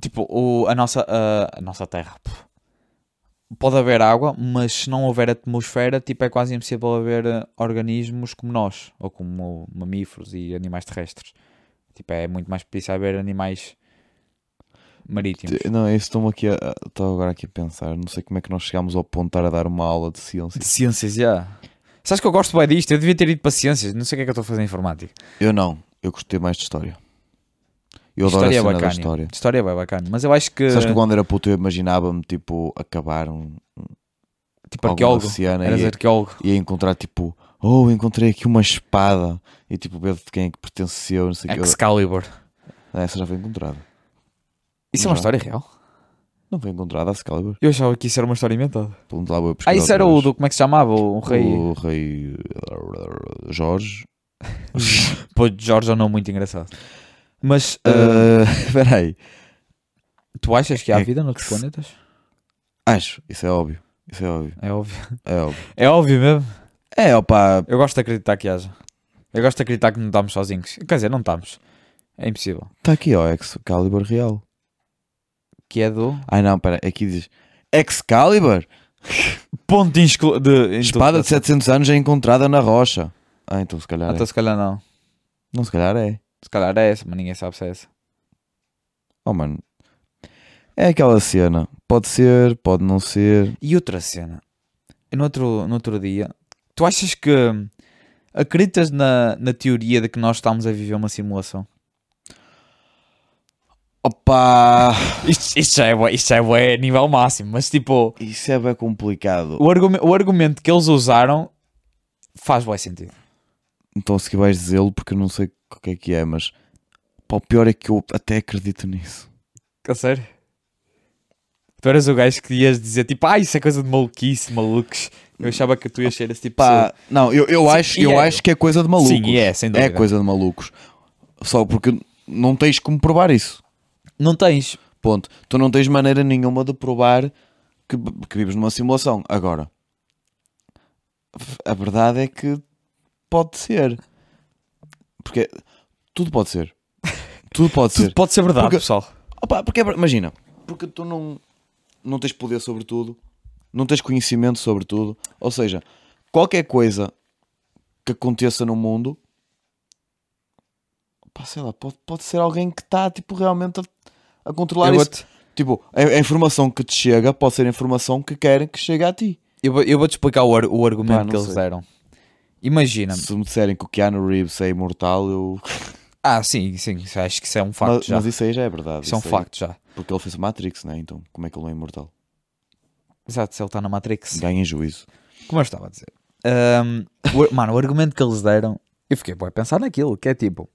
S2: tipo, o, a, nossa, a, a nossa Terra. pô. Pode haver água, mas se não houver atmosfera, tipo, é quase impossível haver eh, organismos como nós, ou como mamíferos e animais terrestres. Tipo, é muito mais difícil haver animais marítimos.
S1: Não, eu estou aqui a- a- estou agora aqui a pensar. Não sei como é que nós chegámos ao ponto de estar a dar uma aula de ciência.
S2: De ciências, já. Sabes que eu gosto bem disto? Eu devia ter ido para ciências. Não sei o que é que eu estou a fazer em informática.
S1: Eu não. Eu gostei mais de história. Eu adoro a cena da história.
S2: é
S1: Eh,
S2: História é bem bacana. Mas eu acho que,
S1: Sabes que quando era puto eu imaginava-me tipo acabar um,
S2: tipo,
S1: alguma
S2: arqueólogo.
S1: oceana
S2: Eras
S1: e,
S2: arqueólogo.
S1: e encontrar tipo, oh, encontrei aqui uma espada e tipo ver de quem é que pertenceu, não sei o É que. Ah,
S2: Excalibur.
S1: Essa já foi encontrada.
S2: Isso é uma
S1: Já.
S2: história real?
S1: Não foi encontrada a Excalibur.
S2: Eu achava que isso era uma história inventada.
S1: Pelo menos lá vou eu
S2: Ah,
S1: pesquisar
S2: isso
S1: outra
S2: era o
S1: vez.
S2: do... Como é que se chamava? O rei...
S1: O rei eh, Jorge.
S2: Pô, Jorge é um nome muito engraçado. Mas uh,
S1: Eh, Espera aí.
S2: tu achas que há
S1: é
S2: vida noutros
S1: que se-
S2: planetas?
S1: Acho, isso é óbvio. Isso é óbvio.
S2: É óbvio.
S1: É óbvio.
S2: É óbvio mesmo.
S1: É, opa,
S2: Eu gosto de acreditar que haja. Eu gosto de acreditar que não estamos sozinhos. Quer dizer, não estamos. É impossível.
S1: está tá aqui, ó, Excalibur Real.
S2: Que é do...
S1: Ai não, espera, aqui diz Excalibur?
S2: Ponto de... exclu- de...
S1: Espada de 700 anos é encontrada na rocha. Ah, então se calhar.
S2: Ah,
S1: é.
S2: então se calhar não.
S1: Não, se calhar é.
S2: Se calhar é essa, mas ninguém sabe se é essa.
S1: Oh, mano. É aquela cena. Pode ser, pode não ser.
S2: E outra cena. No outro, no outro dia, tu achas que acreditas na, na teoria de que nós estamos a viver uma simulação?
S1: Opa!
S2: Isto, isto já é, bué- isto já é bué nível máximo, mas tipo,
S1: Isso é bem complicado.
S2: o, argumen- o argumento que eles usaram faz bom sentido.
S1: Então se que vais dizê-lo porque eu não sei o que é que é, mas. Pá, o pior é que eu até acredito nisso.
S2: A sério? Tu eras o gajo que ias dizer tipo, ah, isso é coisa de maluquice, malucos. Eu achava que tu ias ser esse tipo de
S1: Pá, não, eu, eu, acho,
S2: e
S1: eu
S2: é.
S1: acho que é coisa de
S2: pessoa.
S1: malucos.
S2: Sim, e é, sem dúvida.
S1: É coisa de malucos. Só porque não tens como provar isso.
S2: Não tens.
S1: Ponto. Tu não tens maneira nenhuma de provar que, que vives numa simulação. Agora, a verdade é que pode ser. Porque tudo pode ser. Tudo pode
S2: Tudo
S1: ser.
S2: pode ser verdade,
S1: Porque-
S2: pessoal.
S1: Opa, porque, é ver- imagina, porque tu não, não tens poder sobre tudo, não tens conhecimento sobre tudo. Ou seja, qualquer coisa que aconteça no mundo, pá, sei lá, pode, pode ser alguém que está tipo, realmente a, a controlar
S2: Eu
S1: isso.
S2: vou-te-
S1: Tipo, a, a informação que te chega pode ser a informação que querem que chegue a ti.
S2: Eu vou, eu vou te explicar o, ar- o argumento
S1: Pá, não
S2: que eles
S1: sei.
S2: deram. Imagina.
S1: Se me disserem que o Keanu Reeves é imortal, eu.
S2: Ah, sim, sim. isso- Acho que isso é um facto
S1: Mas,
S2: já.
S1: mas isso aí já é verdade.
S2: isso é um
S1: aí-
S2: facto já.
S1: Porque ele fez Matrix, né? Então, como é que ele não é imortal?
S2: Exato, se ele está na Matrix.
S1: Ganha em juízo.
S2: Como eu estava a dizer. Ahm, o ar- mano, o argumento que eles deram. Eu fiquei bom, a pensar naquilo, que é tipo.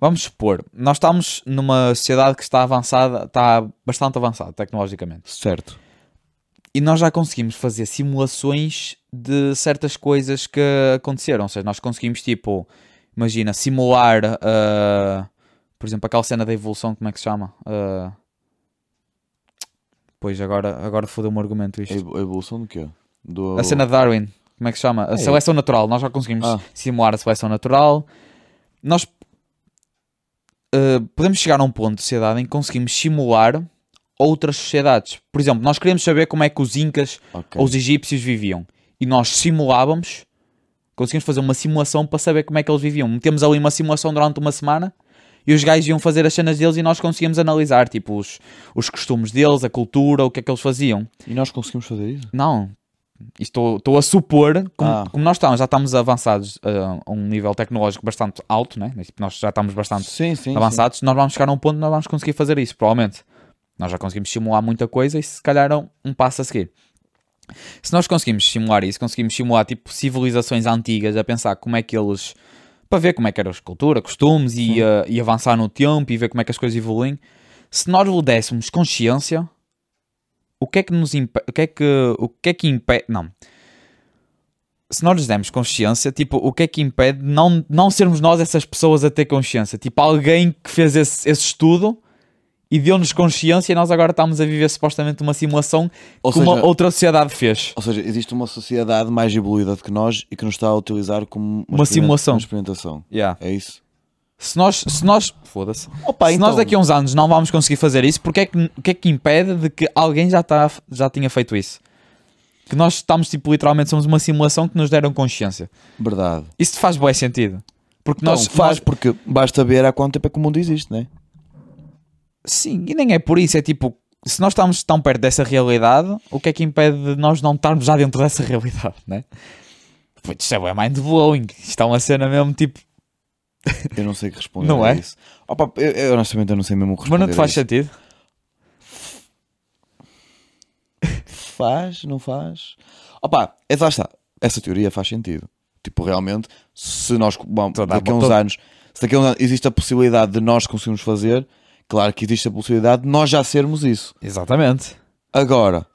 S2: Vamos supor, nós estamos numa sociedade que está avançada, está bastante avançada tecnologicamente.
S1: Certo.
S2: e nós já conseguimos fazer simulações de certas coisas que aconteceram. Ou seja, nós conseguimos, tipo, imagina, simular, ah, por exemplo, aquela cena da evolução, como é que se chama? Ah, pois, agora, agora fodeu-me o argumento
S1: A
S2: isto.
S1: evo- a evolução do quê? Do...
S2: A cena de Darwin, como é que se chama? A
S1: É.
S2: seleção natural. Nós já conseguimos
S1: Ah.
S2: simular a seleção natural. Nós eh, podemos chegar a um ponto de sociedade em que conseguimos simular outras sociedades. Por exemplo, nós queremos saber como é que os incas
S1: Ok.
S2: ou os egípcios viviam. E nós simulávamos, conseguimos fazer uma simulação para saber como é que eles viviam. Metemos ali uma simulação durante uma semana e os gajos iam fazer as cenas deles e nós conseguíamos analisar, tipo, os, os costumes deles, a cultura, o que é que eles faziam.
S1: E nós conseguimos fazer isso?
S2: Não, isto estou, estou a supor, como,
S1: Ah.
S2: como nós estamos, já estamos avançados ah, a um nível tecnológico bastante alto, né? Tipo, nós já estamos bastante
S1: Sim, sim.
S2: avançados, nós vamos chegar a um ponto onde nós vamos conseguir fazer isso, provavelmente. Nós já conseguimos simular muita coisa e se calhar um, um passo a seguir. Se nós conseguimos simular isso, conseguimos simular tipo civilizações antigas, a pensar como é que eles. para ver como é que era a cultura, costumes e, uh, e avançar no tempo e ver como é que as coisas evoluem. Se nós lhe dessemos consciência, o que é que nos impede. O que é que. O que é que impede. Não. Se nós lhes demos consciência, tipo, o que é que impede não, não sermos nós essas pessoas a ter consciência? Tipo, alguém que fez esse, esse estudo e deu-nos consciência e nós agora estamos a viver supostamente uma simulação
S1: Ou
S2: que uma
S1: seja-
S2: outra sociedade fez.
S1: Ou seja, existe uma sociedade mais evoluída do que nós e que nos está a utilizar como
S2: Uma
S1: experimenta-
S2: simulação.
S1: uma experimentação.
S2: Yeah.
S1: É isso?
S2: Se nós, se nós, foda-se.
S1: Opa, então.
S2: se nós daqui a uns anos não vamos conseguir fazer isso, porque é que, o que é que impede de que alguém já, tá, já tinha feito isso? Que nós estamos, tipo, literalmente somos uma simulação que nos deram consciência.
S1: Verdade. Então,
S2: Isso te faz bom sentido. Porque
S1: Não,
S2: nós,
S1: faz
S2: nós-
S1: porque basta ver há quanto tempo é que o mundo existe, né?
S2: Sim, e nem é por isso. É tipo, se nós estamos tão perto dessa realidade, o que é que impede de nós não estarmos já dentro dessa realidade, né? Pô, Isto é bué mind-blowing. Isto é uma cena mesmo, tipo...
S1: Eu não sei que responder
S2: Não
S1: a
S2: é?
S1: isso. Opa, eu, eu honestamente eu não sei mesmo o que
S2: Mas
S1: responder.
S2: não te faz
S1: a isso.
S2: sentido?
S1: Faz, não faz? Opa, é, lá está. Essa teoria faz sentido. Tipo, realmente, se nós. Bom,
S2: Toda a
S1: daqui a
S2: bo-
S1: uns
S2: toda-
S1: anos. Se daqui a uns anos existe a possibilidade de nós conseguirmos fazer, claro que existe a possibilidade de nós já sermos isso.
S2: Exatamente.
S1: Agora,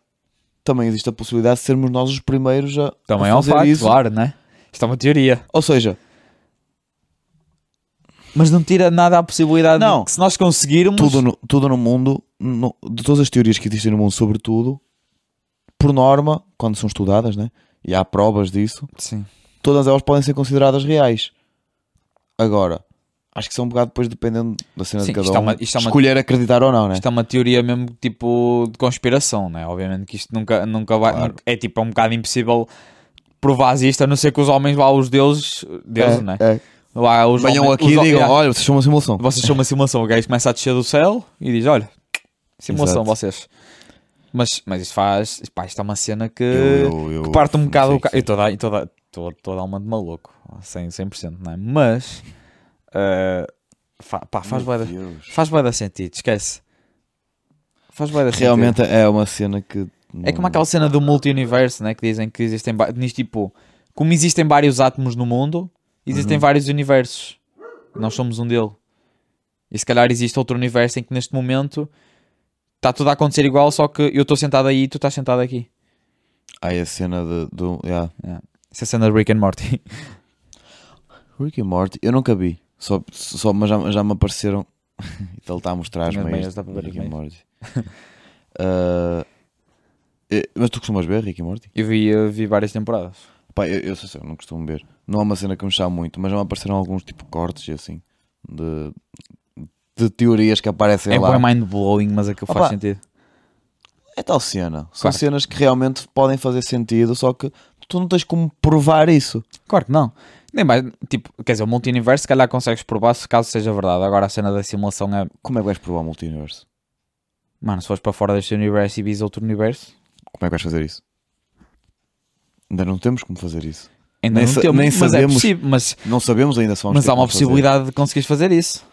S1: também existe a possibilidade de sermos nós os primeiros a,
S2: Também
S1: a
S2: é um
S1: fazer
S2: facto,
S1: isso.
S2: claro, né? Isto é uma teoria.
S1: Ou seja,
S2: Mas não tira nada a possibilidade
S1: Não.
S2: de que se nós conseguirmos.
S1: tudo no, tudo no mundo, no- de todas as teorias que existem no mundo, sobretudo, por norma, quando são estudadas, né? e há provas disso,
S2: Sim.
S1: todas elas podem ser consideradas reais. Agora, acho que são um bocado depois dependendo da cena
S2: Sim,
S1: de cada
S2: isto é
S1: um,
S2: uma- isto é uma-
S1: escolher acreditar ou não, né?
S2: Isto é uma teoria mesmo tipo de conspiração, né? Obviamente que isto nunca, nunca vai.
S1: Claro.
S2: nunca- é tipo é um bocado impossível provar isto, a não ser que os homens lá, os deuses. Deuses,
S1: É,
S2: né?
S1: é.
S2: Lá, os
S1: Venham
S2: homens-
S1: aqui
S2: os
S1: e
S2: hom-
S1: digam:
S2: yeah.
S1: olha, vocês são uma simulação.
S2: Vocês são uma simulação. O gajo começa a descer do céu e diz: olha, simulação,
S1: Exato.
S2: vocês. Mas, mas isto faz. Pá, isto é uma cena que.
S1: Eu- eu- eu
S2: que parte um
S1: não
S2: bocado
S1: sei
S2: o ca...
S1: o que
S2: Eu estou a dar- estou a dar- estou- estou a dar uma de maluco, 100%, 100% não é? Mas eh, fa- pá, faz
S1: Meu
S2: bué de-
S1: Deus.
S2: faz bué de sentido, esquece. Faz bué de sentido.
S1: Realmente é uma cena que.
S2: É como aquela cena do multiverso, né? Que dizem que existem va- diz, tipo, como existem vários átomos no mundo,
S1: Uhum.
S2: existem vários universos. Nós somos um dele. E se calhar existe outro universo em que neste momento está tudo a acontecer igual, só que eu estou sentado aí e tu estás sentado aqui.
S1: Há a cena de, do. yeah.
S2: Essa cena de Rick and Morty.
S1: Rick e Morty, eu nunca vi, só, só, mas já, já me apareceram. então ele está a mostrar as
S2: Tinha as meias,
S1: meias
S2: dá para
S1: de
S2: ver as
S1: Rick e Morty. Ah, eh, mas tu costumas ver Rick e Morty?
S2: Eu vi, eu vi várias temporadas.
S1: Pá, eu, eu sei, sei, eu não costumo ver. Não é uma cena que me chama muito, mas já me apareceram alguns tipo cortes e assim de, de teorias que aparecem
S2: é
S1: lá.
S2: bem mind blowing, mas aquilo
S1: Opa.
S2: faz sentido.
S1: É tal cena. São
S2: Claro.
S1: cenas que realmente podem fazer sentido, só que tu não tens como provar isso.
S2: Claro que não. Nem mais, tipo, quer dizer, o multiverso se calhar consegues provar se caso seja verdade. Agora a cena da simulação é.
S1: Como é que vais provar o multiverso?
S2: Mano, se fores para fora deste universo e vis outro universo,
S1: Como é que vais fazer isso? Ainda não temos como fazer isso.
S2: ainda
S1: Nem
S2: não
S1: sa-
S2: temos,
S1: nem
S2: mas é
S1: sabemos.
S2: possível. Mas,
S1: Não sabemos ainda se vamos
S2: mas
S1: ter
S2: há uma
S1: como fazer.
S2: possibilidade de conseguires fazer isso.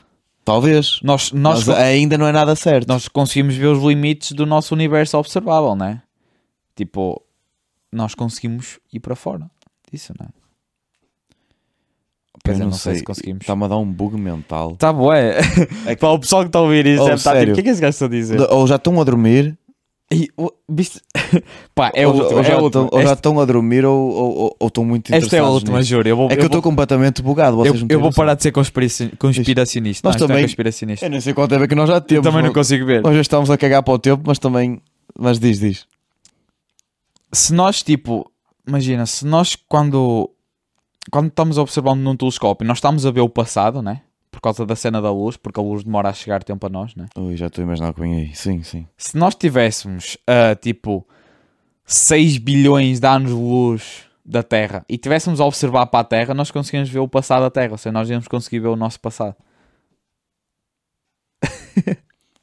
S1: Talvez.
S2: Nós,
S1: Nós
S2: nós,
S1: ainda não é nada certo.
S2: nós conseguimos ver os limites do nosso universo observável, né? Tipo, nós conseguimos ir para fora disso, né? Quer
S1: Eu
S2: dizer,
S1: não
S2: não sei, se
S1: sei.
S2: conseguimos. Tá,
S1: Está-me a dar um bug mental.
S2: tá bué.
S1: É que-
S2: Para o pessoal que está a ouvir isso,
S1: Oh,
S2: deve estar tipo,
S1: sério.
S2: o que é que esse gajo está a dizer?
S1: Ou já estão a dormir,
S2: E, o- viste? Pá, é o
S1: ou, já- ou
S2: último. É
S1: já
S2: o
S1: estão,
S2: último.
S1: ou já
S2: Esta,
S1: estão a dormir, ou, ou, ou- ou estão muito
S2: esta é a
S1: interessados
S2: última,
S1: nisso.
S2: juro. Eu vou,
S1: É que eu estou
S2: vou,
S1: completamente bugado.
S2: eu,
S1: Vocês não
S2: eu
S1: têm
S2: vou
S1: noção.
S2: parar de ser conspiraci- conspiracionista.
S1: Nós
S2: Não, isto não é
S1: também-
S2: conspiracionista.
S1: Eu nem sei quanto é que nós já
S2: Eu
S1: temos.
S2: também não
S1: mas-
S2: consigo ver.
S1: Nós já estamos a cagar para o tempo, mas também. Mas diz, diz.
S2: Se nós, tipo, imagina, se nós quando, quando estamos a observar num telescópio, nós estamos a ver o passado, né? Por causa da cena da luz, porque a luz demora a chegar tempo a nós, né?
S1: Ui, já estou a imaginar que vem aí. Sim, sim.
S2: Se nós tivéssemos, ah, tipo, 6 bilhões de anos-luz da Terra e tivéssemos a observar para a Terra, nós conseguíamos ver o passado da Terra. Ou seja, nós íamos conseguir ver o nosso passado.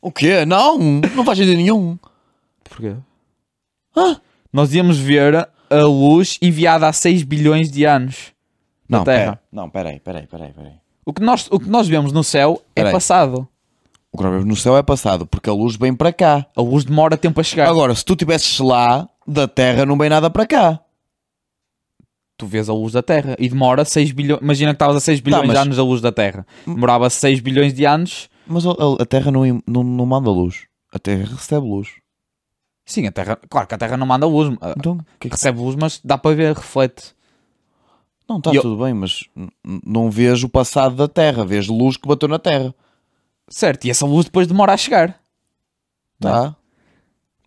S1: O quê? Não! Não faz sentido nenhum.
S2: Porquê? Nós íamos ver a luz enviada há 6 bilhões de anos.
S1: Não,
S2: Terra.
S1: pera- Não, peraí, peraí, peraí. peraí.
S2: O que nós, o que nós vemos no céu é
S1: Peraí.
S2: passado.
S1: O coronavírus no céu é passado porque a luz vem para cá.
S2: A luz demora tempo a chegar.
S1: Agora, se tu estivesses lá, da Terra não vem nada para cá.
S2: tu vês a luz da Terra e demora 6 bilhões. Imagina que estavas a 6 bilhões
S1: Tá, mas-
S2: de anos a luz da Terra. Demorava 6 bilhões de anos.
S1: Mas a, a- a Terra não, im- não, não manda luz. A Terra recebe luz.
S2: Sim, a Terra. Claro que a Terra não manda luz. ah,
S1: Então, o que é que-
S2: Recebe luz, mas dá para ver, reflete.
S1: não, está
S2: E eu-
S1: tudo bem, mas n- n- não vês o passado da Terra, vês luz que bateu na Terra.
S2: Certo, e essa luz depois demora a chegar.
S1: Tá?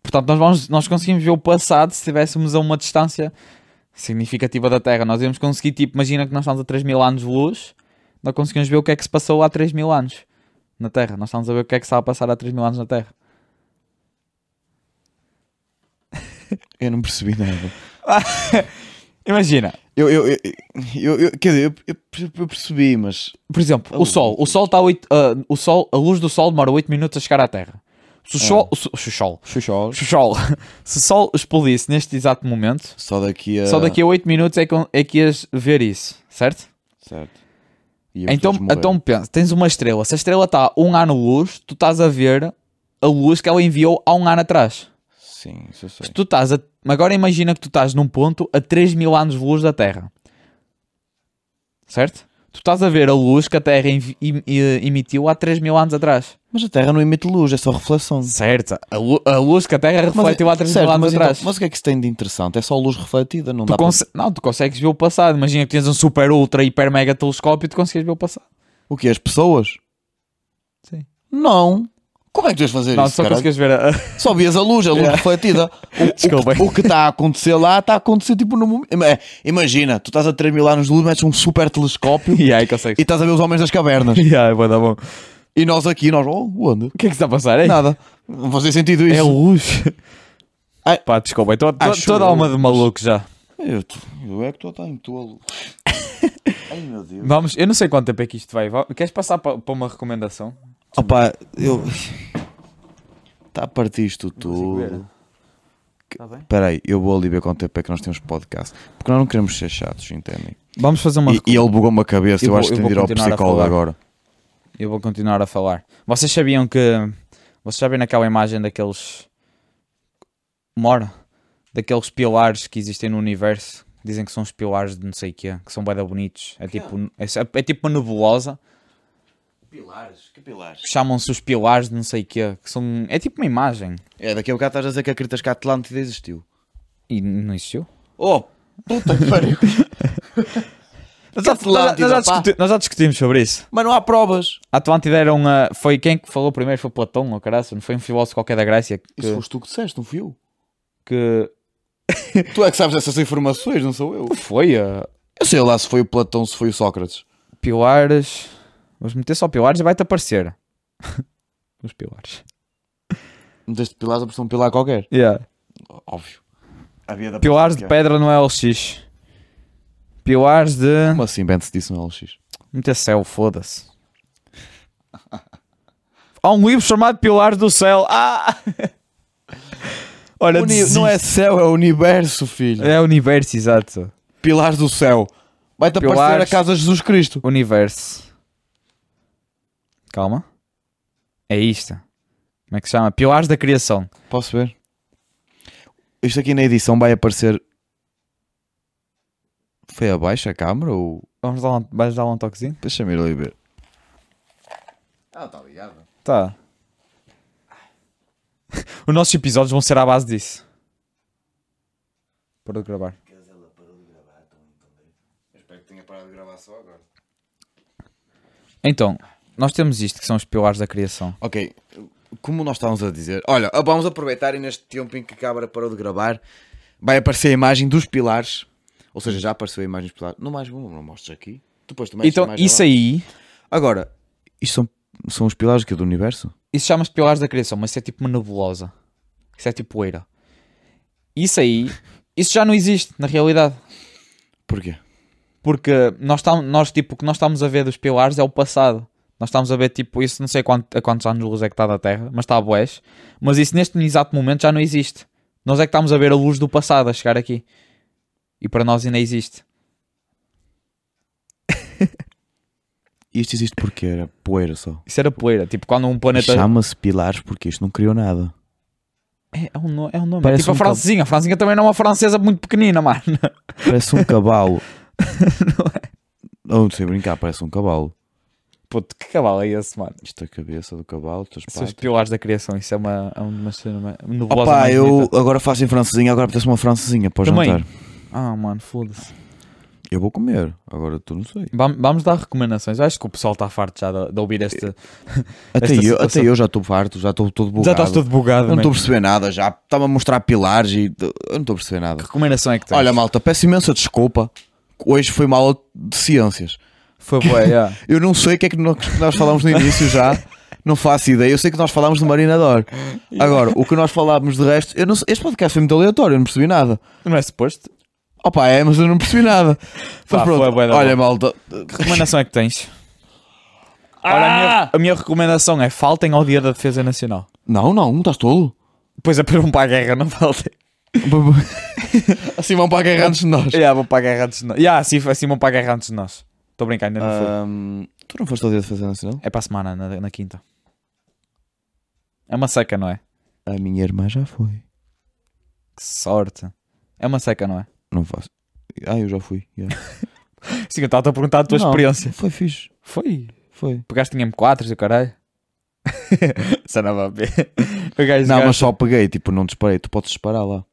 S2: Portanto, nós, vamos, nós conseguimos ver o passado se estivéssemos a uma distância significativa da Terra. Nós íamos conseguir, tipo, imagina que nós estamos a 3 mil anos de luz, nós conseguimos ver o que é que se passou há 3 mil anos na Terra. Nós estamos a ver o que é que se estava a passar há 3 mil anos na Terra.
S1: Eu não percebi nada.
S2: Imagina,
S1: Eu, eu, eu, eu- eu- quer dizer, eu, eu- eu percebi, mas
S2: Por exemplo, o
S1: luz.
S2: sol. O sol está a oito- ah, o sol, a luz do sol demora 8 minutos a chegar à Terra. Se o sol, se o- se o sol,
S1: Xuxós.
S2: se o sol, se o sol explodisse neste exato momento,
S1: só daqui a.
S2: só daqui a 8 minutos é que, é que ias ver isso, certo?
S1: Certo. E eu
S2: Então,
S1: preciso morrer.
S2: então pensa, tens uma estrela. Se a estrela está um ano-luz, tu estás a ver a luz que ela enviou há um ano atrás.
S1: Sim, isso eu sei.
S2: Tu estás a, agora imagina que tu estás num ponto a 3 mil anos de luz da Terra. Certo? Tu estás a ver a luz que a Terra envi- em- em- emitiu há 3 mil anos atrás.
S1: Mas a Terra não emite luz, é só reflexão.
S2: Certo, a, lu- a luz que a Terra refletiu há 3
S1: é- certo,
S2: mil anos
S1: mas,
S2: atrás.
S1: então- mas o que é que se tem de interessante? É só luz refletida, não
S2: tu
S1: dá para.
S2: conse- Não, tu consegues ver o passado. Imagina que tens um super, ultra, hiper, mega telescópio e tu consegues ver o passado.
S1: O que? As pessoas?
S2: Sim.
S1: Não. Como é que tu ias fazer
S2: não,
S1: isso?
S2: só
S1: caralho?
S2: consegues ver a.
S1: Só vias a luz, a luz
S2: Yeah.
S1: refletida. O-
S2: Desculpem.
S1: O, que- o que está a acontecer lá está a acontecer tipo no momento. Ima- Imagina, tu estás a 3 mil anos de luz, metes um super telescópio
S2: e aí
S1: e
S2: consegues.
S1: estás a ver os homens das cavernas.
S2: E aí, vai dar bom. O
S1: E nós aqui, nós, oh, onde?
S2: que é que está a passar? É,
S1: Nada. Não fazia sentido
S2: é
S1: isso.
S2: luz.
S1: Ai.
S2: Pá, desculpa, estou
S1: Acho
S2: toda alma de
S1: eu.
S2: maluco já.
S1: Eu, t- eu é que estou a estar em tolo. Ai meu Deus.
S2: Vamos, eu não sei quanto tempo é que isto vai. Va- Queres passar pa- para uma recomendação?
S1: Opa, eu. Está Tá a partir isto
S2: ver.
S1: tudo.
S2: Tá bem.
S1: Espera aí, eu vou ali ver quanto tempo é que nós temos podcast. Porque nós não queremos ser chatos, entendem?
S2: Vamos fazer uma.
S1: E, e ele bugou-me a cabeça,
S2: Eu
S1: eu,
S2: vou-
S1: acho que
S2: eu
S1: tenho de ir
S2: vou
S1: ao
S2: continuar a
S1: psicólogo
S2: falar.
S1: agora.
S2: Eu vou continuar a falar. Vocês sabiam que. Vocês sabem naquela imagem daqueles. Mora? Daqueles pilares que existem no universo. Dizem que são os pilares de não sei o quê, que são bem bonitos. É tipo, é, é tipo uma nebulosa.
S1: Pilares? Que pilares?
S2: Chamam-se os pilares de não sei o quê, que são. É tipo uma imagem.
S1: É, daqui a bocado estás a dizer que acreditas que a Atlântida existiu.
S2: E não existiu?
S1: Oh, puta que pariu.
S2: Nós já,
S1: Atlântida,
S2: nós já
S1: pá.
S2: discuti- nós já discutimos sobre isso.
S1: Mas não há provas.
S2: A Atlântida era uma. Foi quem que falou primeiro? Foi Platão, ou caraças? Não foi um filósofo qualquer da Grécia que.
S1: Isso foste tu que disseste, não fui eu.
S2: que...
S1: Tu é que sabes essas informações, não sou eu.
S2: Foi eh, a.
S1: Eu sei lá se foi o Platão, se foi o Sócrates.
S2: Pilares. Vamos meter só pilares e vai-te aparecer. Os pilares.
S1: Meteste pilares, apareceu um pilar qualquer.
S2: Yeah.
S1: Óbvio. Havia da
S2: Pilares de pedra no LX. Pilares de.
S1: Como assim, Bento se disse no LX?
S2: Meter céu, foda-se. Há um livro chamado Pilares do Céu. Ah! Olha,
S1: Uni- Não é céu, é universo, filho.
S2: É universo, exato.
S1: Pilares do céu. Vai-te aparecer
S2: Pilares.
S1: a casa de Jesus Cristo.
S2: Universo. Calma. É isto. Como é que se chama? Pilares da Criação.
S1: Posso ver? Isto aqui na edição vai aparecer. Foi abaixo a câmara ou.
S2: Vamos dar um, vais dar um toquezinho?
S1: Deixa-me ir ali ver. Ah, está ligado.
S2: Tá. Os nossos episódios vão ser à base disso. Parou de gravar.
S1: Espero que tenha parado de gravar só agora.
S2: Então, nós temos isto que são os pilares da criação.
S1: Ok, como nós estávamos a dizer, olha, vamos aproveitar e neste tempo em que a câmara parou de gravar, vai aparecer a imagem dos pilares. Ou seja, já apareceu a imagem dos pilares. Não mais não não mostres aqui. Depois tu metes a
S2: então,
S1: imagem
S2: isso
S1: lá.
S2: aí,
S1: Agora, isto são, são os pilares aqui do universo?
S2: isso é chama-se pilares da criação, mas isso é tipo uma nebulosa. Isso é tipo poeira. Isso aí, isso já não existe na realidade.
S1: Porquê?
S2: Porque nós, tam, nós tipo, o que nós estamos a ver dos pilares é o passado. Nós estamos a ver, tipo, isso não sei quanto, a quantos anos de luz é que está da Terra, mas está a boés. Mas isso neste exato momento já não existe. Nós é que estamos a ver a luz do passado a chegar aqui. E para nós ainda existe.
S1: Isto existe porque era poeira só.
S2: Isso era poeira. Tipo, quando um planeta.
S1: Chama-se Pilares porque isto não criou nada.
S2: É, é um, no- é um nome.
S1: Parece
S2: tipo
S1: um
S2: a francesinha. A francesinha também não é uma francesa muito pequenina, mano.
S1: Parece um cavalo. não é? Não sei brincar, parece um cavalo.
S2: Puto, que cavalo é esse, mano?
S1: Isto é a cabeça do cavalo, os teus
S2: Esses são os
S1: pais.
S2: pilares da criação. Isso é uma, é uma cena uma- nebulosa.
S1: Opa,
S2: mais
S1: eu
S2: bonita.
S1: agora faço em francesinha, agora apetece uma francesinha para o
S2: Também.
S1: jantar.
S2: Ah, mano, foda-se.
S1: Eu vou comer, agora tu não sei.
S2: Vam- Vamos dar recomendações. Eu acho que o pessoal está farto já de, de ouvir esta.
S1: Até,
S2: Esta
S1: eu, até
S2: situação-
S1: eu já estou farto, já estou todo bugado.
S2: Já estás todo
S1: Eu
S2: bugado,
S1: não
S2: mano.
S1: estou a perceber nada, já estava a mostrar pilares e eu não estou a perceber nada.
S2: Que recomendação é que tens?
S1: Olha, malta, peço imensa desculpa. Hoje foi uma aula de ciências.
S2: foi boa, yeah.
S1: Eu não sei o que é que nós, que nós falámos no início já. Não faço ideia. Eu sei que nós falámos de marinador. Agora, o que nós falámos de resto, eu não sei- este podcast foi muito aleatório, eu não percebi nada.
S2: Não é suposto?
S1: Opa, é, mas eu não percebi nada. Mas
S2: Pá,
S1: pronto,
S2: foi bué da
S1: olha, malta.
S2: Que recomendação é que tens? Ora, a, minha, a minha recomendação é faltem ao dia da defesa nacional.
S1: Não, não, não estás tolo.
S2: Pois é, vão para a guerra, não faltem.
S1: assim vão para a guerra antes de nós.
S2: yeah, vão para a guerra antes de nós. Ah. Yeah, assim, assim vão para a guerra antes de nós. Estou a brincar, ainda não foi.
S1: Ahm, tu não foste ao dia de defesa nacional?
S2: É para a semana, na, na quinta. É uma seca, não é?
S1: A minha irmã já foi.
S2: Que sorte. É uma seca, não é?
S1: Não faço. Ah, eu já fui. yeah.
S2: Sim, eu estava a perguntar a tua
S1: Não,
S2: experiência.
S1: Foi fixe.
S2: Foi.
S1: Foi.
S2: Pegaste em M4 e o caralho. Só não vai ver. O gajo
S1: Não,
S2: gasta-
S1: mas só peguei, tipo, não disparei. Tu podes disparar lá.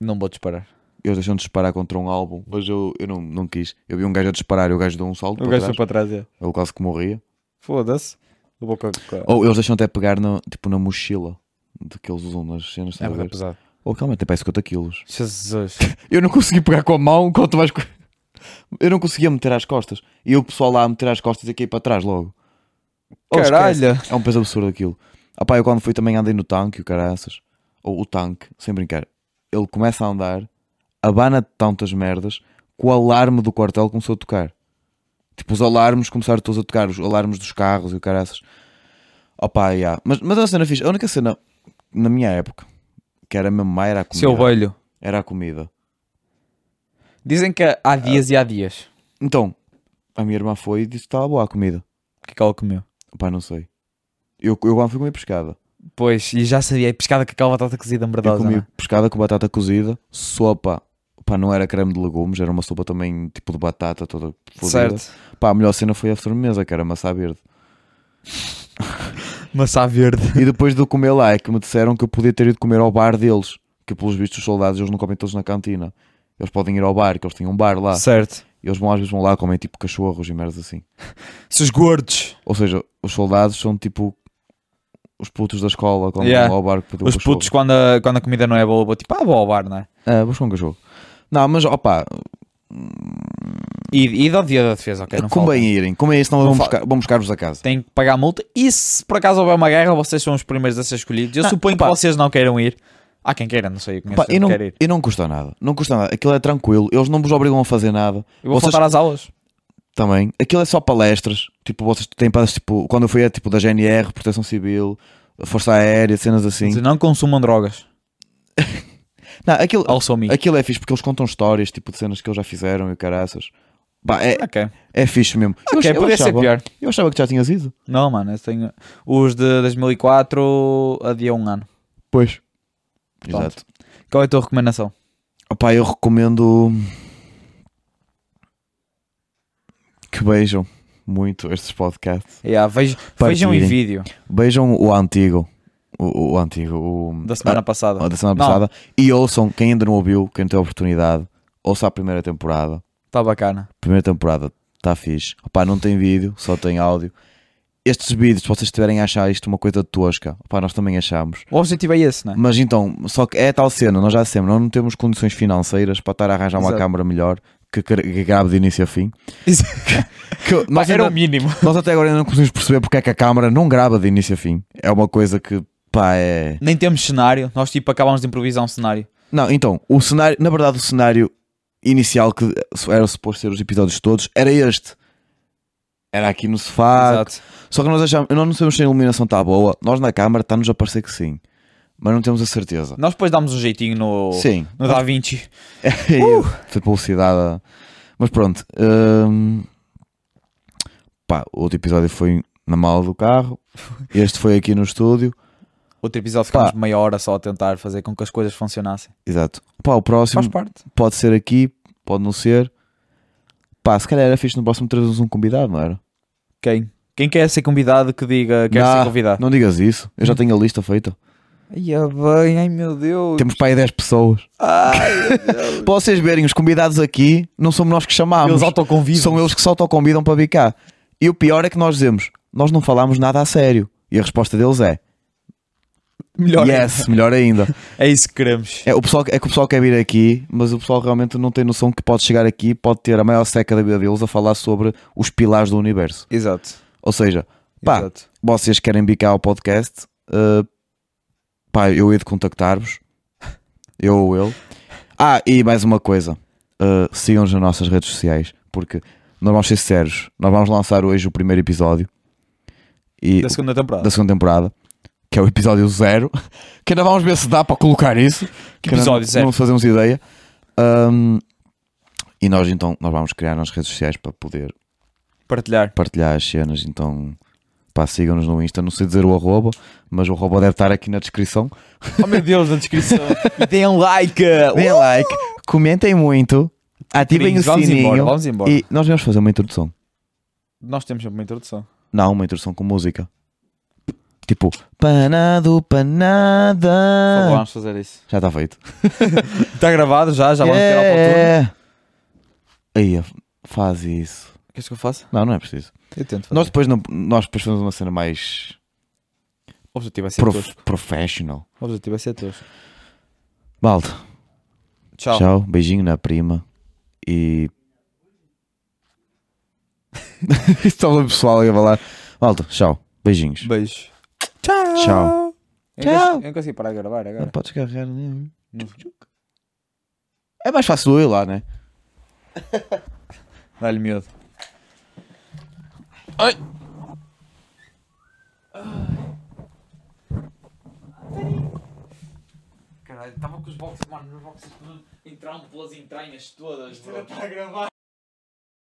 S2: Não vou disparar.
S1: Eles deixam de disparar contra um álbum, mas eu, eu não, não quis. Eu vi um gajo a disparar e o gajo deu um salto
S2: O
S1: para
S2: gajo foi
S1: trás.
S2: para trás. é.
S1: Ele quase que morria.
S2: Foda-se. Eu vou co- co-
S1: Ou eles deixam até pegar na, tipo, na mochila de que eles usam nas cenas.
S2: É
S1: estás a
S2: muito
S1: ver?
S2: pesado.
S1: Ou calma, até parece 50 quilos.
S2: Jesus.
S1: Eu não consegui pegar com a mão, quanto mais. co- Eu não conseguia meter às costas. E eu, o pessoal lá a meter às costas e caí para trás logo. Oh, esquece.
S2: Caralho.
S1: É um peso absurdo aquilo. Ah pá, eu quando fui também andei no tanque, o caraças. Ou o tanque, sem brincar. Ele começa a andar, abana tantas merdas, que o alarme do quartel começou a tocar. Tipo, os alarmes começaram todos a tocar, os alarmes dos carros e o caraças. Opá, yeah. mas, mas a cena fixe, a única cena na minha época, que era mesmo má, era a comida.
S2: Seu velho.
S1: Era a comida.
S2: Dizem que há dias e há dias.
S1: Então, a minha irmã foi e disse que estava boa a comida.
S2: O que é que ela comeu?
S1: Opá, não sei. Eu, eu quando fui comer pescada.
S2: Pois, e já sabia, é pescada com aquela batata cozida, é? em
S1: Eu
S2: verdade.
S1: comi pescada com batata cozida, sopa. Pá, não era creme de legumes, era uma sopa também tipo de batata toda fodida.
S2: Certo.
S1: Pá, a melhor cena foi a sobremesa, que era maçã verde.
S2: Maçã verde.
S1: E depois de eu comer lá é que me disseram que eu podia ter ido comer ao bar deles. Que pelos vistos os soldados eles não comem todos na cantina. Eles podem ir ao bar, que eles têm um bar lá.
S2: Certo.
S1: E eles vão às vezes vão lá comem tipo cachorros e merdas assim.
S2: Seus gordos.
S1: Ou seja, os soldados são tipo os putos da escola quando
S2: Yeah.
S1: vão ao bar que pedem um
S2: Os
S1: cachorro.
S2: putos, quando a, quando a comida não é boa, vou tipo, ah, vou ao bar, não é?
S1: Ah, vou buscar um cachorro. Não, mas opá,
S2: E, e ao dia da defesa, ok? Não falta.
S1: convém é irem, convém senão vão
S2: fal-
S1: buscar- vão buscar-vos a casa.
S2: Têm que pagar a multa. E se por acaso houver uma guerra, vocês são os primeiros a ser escolhidos. Eu
S1: Não,
S2: suponho
S1: opa.
S2: que vocês não queiram ir. Há quem queira, não sei. Eu conheço
S1: Pá, e,
S2: não
S1: não,
S2: quer ir.
S1: e não custa nada, não custa nada. Aquilo é tranquilo, eles não vos obrigam a fazer nada.
S2: Eu vou
S1: vocês
S2: faltar às aulas.
S1: também, aquilo é só palestras. Tipo, vocês têm palestras, tipo, quando eu fui é tipo da GNR, Proteção Civil, Força Aérea, cenas assim.
S2: Não consumam drogas.
S1: Não, aquilo,
S2: Also me.
S1: aquilo é fixe porque eles contam histórias, tipo, de cenas que eles já fizeram e o caraças. Pá, é,
S2: Ok.
S1: é fixe mesmo. Eu
S2: Ok,
S1: ach- eu
S2: podia ser
S1: achava-
S2: pior.
S1: Eu achava que já tinhas ido.
S2: Não, mano, eu tenho. Os de 2004 adia um ano.
S1: Pois.
S2: Pronto.
S1: Exato.
S2: Qual é a tua recomendação?
S1: Opá, eu recomendo que beijam muito estes podcasts.
S2: Yeah, vejo,
S1: Partilhem.
S2: vejam em vídeo
S1: Beijam o antigo, o, o antigo, o
S2: da semana passada.
S1: a- da semana
S2: Não.
S1: passada. E ouçam, quem ainda não ouviu, quem não tem oportunidade, ouça a primeira temporada.
S2: Está Tá bacana.
S1: Primeira temporada está fixe. Opá, não tem vídeo, só tem áudio. Estes vídeos, se vocês estiverem a achar isto uma coisa tosca, opá, nós também achamos.
S2: O objetivo é esse, não é?
S1: Mas então, só que é tal cena, nós já dissemos, nós não temos condições financeiras para estar a arranjar uma
S2: Exato.
S1: câmara melhor que, gra- que grave de início a fim.
S2: Isso-
S1: Que nós,
S2: Pá, era o
S1: ainda-
S2: mínimo.
S1: nós até agora ainda não conseguimos perceber porque é que a câmara não grava de início a fim. É uma coisa que, pá, é.
S2: Nem temos cenário. Nós tipo acabámos de improvisar um cenário.
S1: Não, então, o cenário, na verdade, o cenário inicial que era suposto ser os episódios todos era este. Era aqui no sofá,
S2: Exato.
S1: Só que nós achamos, nós não sabemos se a iluminação está boa, nós na câmara está-nos a parecer que sim, mas não temos a certeza.
S2: Nós depois damos um jeitinho no,
S1: Sim,
S2: no Da Vinci. Uh!
S1: foi publicidade. a- Mas pronto, hum, Pá, o outro episódio foi na mala do carro. Este foi aqui no estúdio.
S2: Outro episódio ficámos meia hora só a tentar fazer com que as coisas funcionassem. Hum.
S1: Exato. Pá, o
S2: Faz
S1: próximo
S2: parte.
S1: pode ser aqui, pode não ser. Pá, se calhar era fixe no próximo trazermos um convidado, não era?
S2: Quem? Quem quer ser convidado que diga quer
S1: Não,
S2: ser convidado?
S1: Não digas isso. Eu já tenho a lista feita.
S2: Ia bem, ai meu Deus.
S1: Temos para aí 10 pessoas.
S2: Ai,
S1: Para vocês verem, os convidados aqui não somos nós que chamámos.
S2: eles autoconvidam.
S1: São eles que se autoconvidam para vir cá. E o pior é que nós dizemos, nós não falámos nada a sério. E a resposta deles é,
S2: Melhor.
S1: yes, melhor ainda.
S2: É isso que queremos.
S1: É, o pessoal, é que o pessoal quer vir aqui, mas o pessoal realmente não tem noção que pode chegar aqui, pode ter a maior seca da vida deles a falar sobre os pilares do universo.
S2: Exato.
S1: Ou seja, Pá.
S2: Exato.
S1: vocês querem vir cá ao podcast, uh, pá, eu hei de contactar-vos. Eu ou ele. Ah, e mais uma coisa. uh, Sigam-nos nas nossas redes sociais, porque nós vamos ser sérios. Nós vamos lançar hoje o primeiro episódio e,
S2: Da segunda temporada.
S1: da segunda temporada, que é o episódio zero. Que ainda vamos ver se dá para colocar isso.
S2: Que
S1: ainda
S2: episódio
S1: não,
S2: zero?
S1: Não fazemos ideia. Um, e nós então nós vamos criar nas redes sociais para poder
S2: Partilhar.
S1: partilhar as cenas. Então, pá, sigam-nos no Insta. Não sei dizer o arroba, mas o arroba deve estar aqui na descrição.
S2: Oh meu Deus, na descrição. E Deem um like.
S1: Deem like, comentem muito, ativem
S2: Queridos,
S1: o
S2: vamos
S1: sininho.
S2: embora, vamos embora.
S1: E nós vamos fazer uma introdução.
S2: Nós temos sempre uma introdução.
S1: Não, uma introdução com música. Tipo, panado,
S2: Ah.
S1: panada.
S2: Vamos fazer isso.
S1: Já está feito.
S2: Está gravado já, já vamos tirar para o um? turno.
S1: É. Aí, faz isso.
S2: Queres que eu faça?
S1: Não, não é preciso.
S2: Eu tento fazer.
S1: Nós depois, não, nós depois fazemos uma cena mais
S2: O objetivo é ser
S1: prof-
S2: teus.
S1: professional.
S2: O objetivo é ser teus.
S1: Malta,
S2: Tchau.
S1: tchau. Beijinho na prima. E. Estava o pessoal a falar. Malta, tchau. Beijinhos.
S2: Beijo. Tchau.
S1: Tchau.
S2: Eu
S1: Tchau.
S2: não consigo- Eu não consigo parar de gravar né,
S1: Não
S2: agora.
S1: podes carregar nenhum. É mais fácil eu ir lá, né?
S2: Dá-lhe medo. Caralho, estava com os boxes, mano. Os boxes entraram pelas entranhas todas, bro.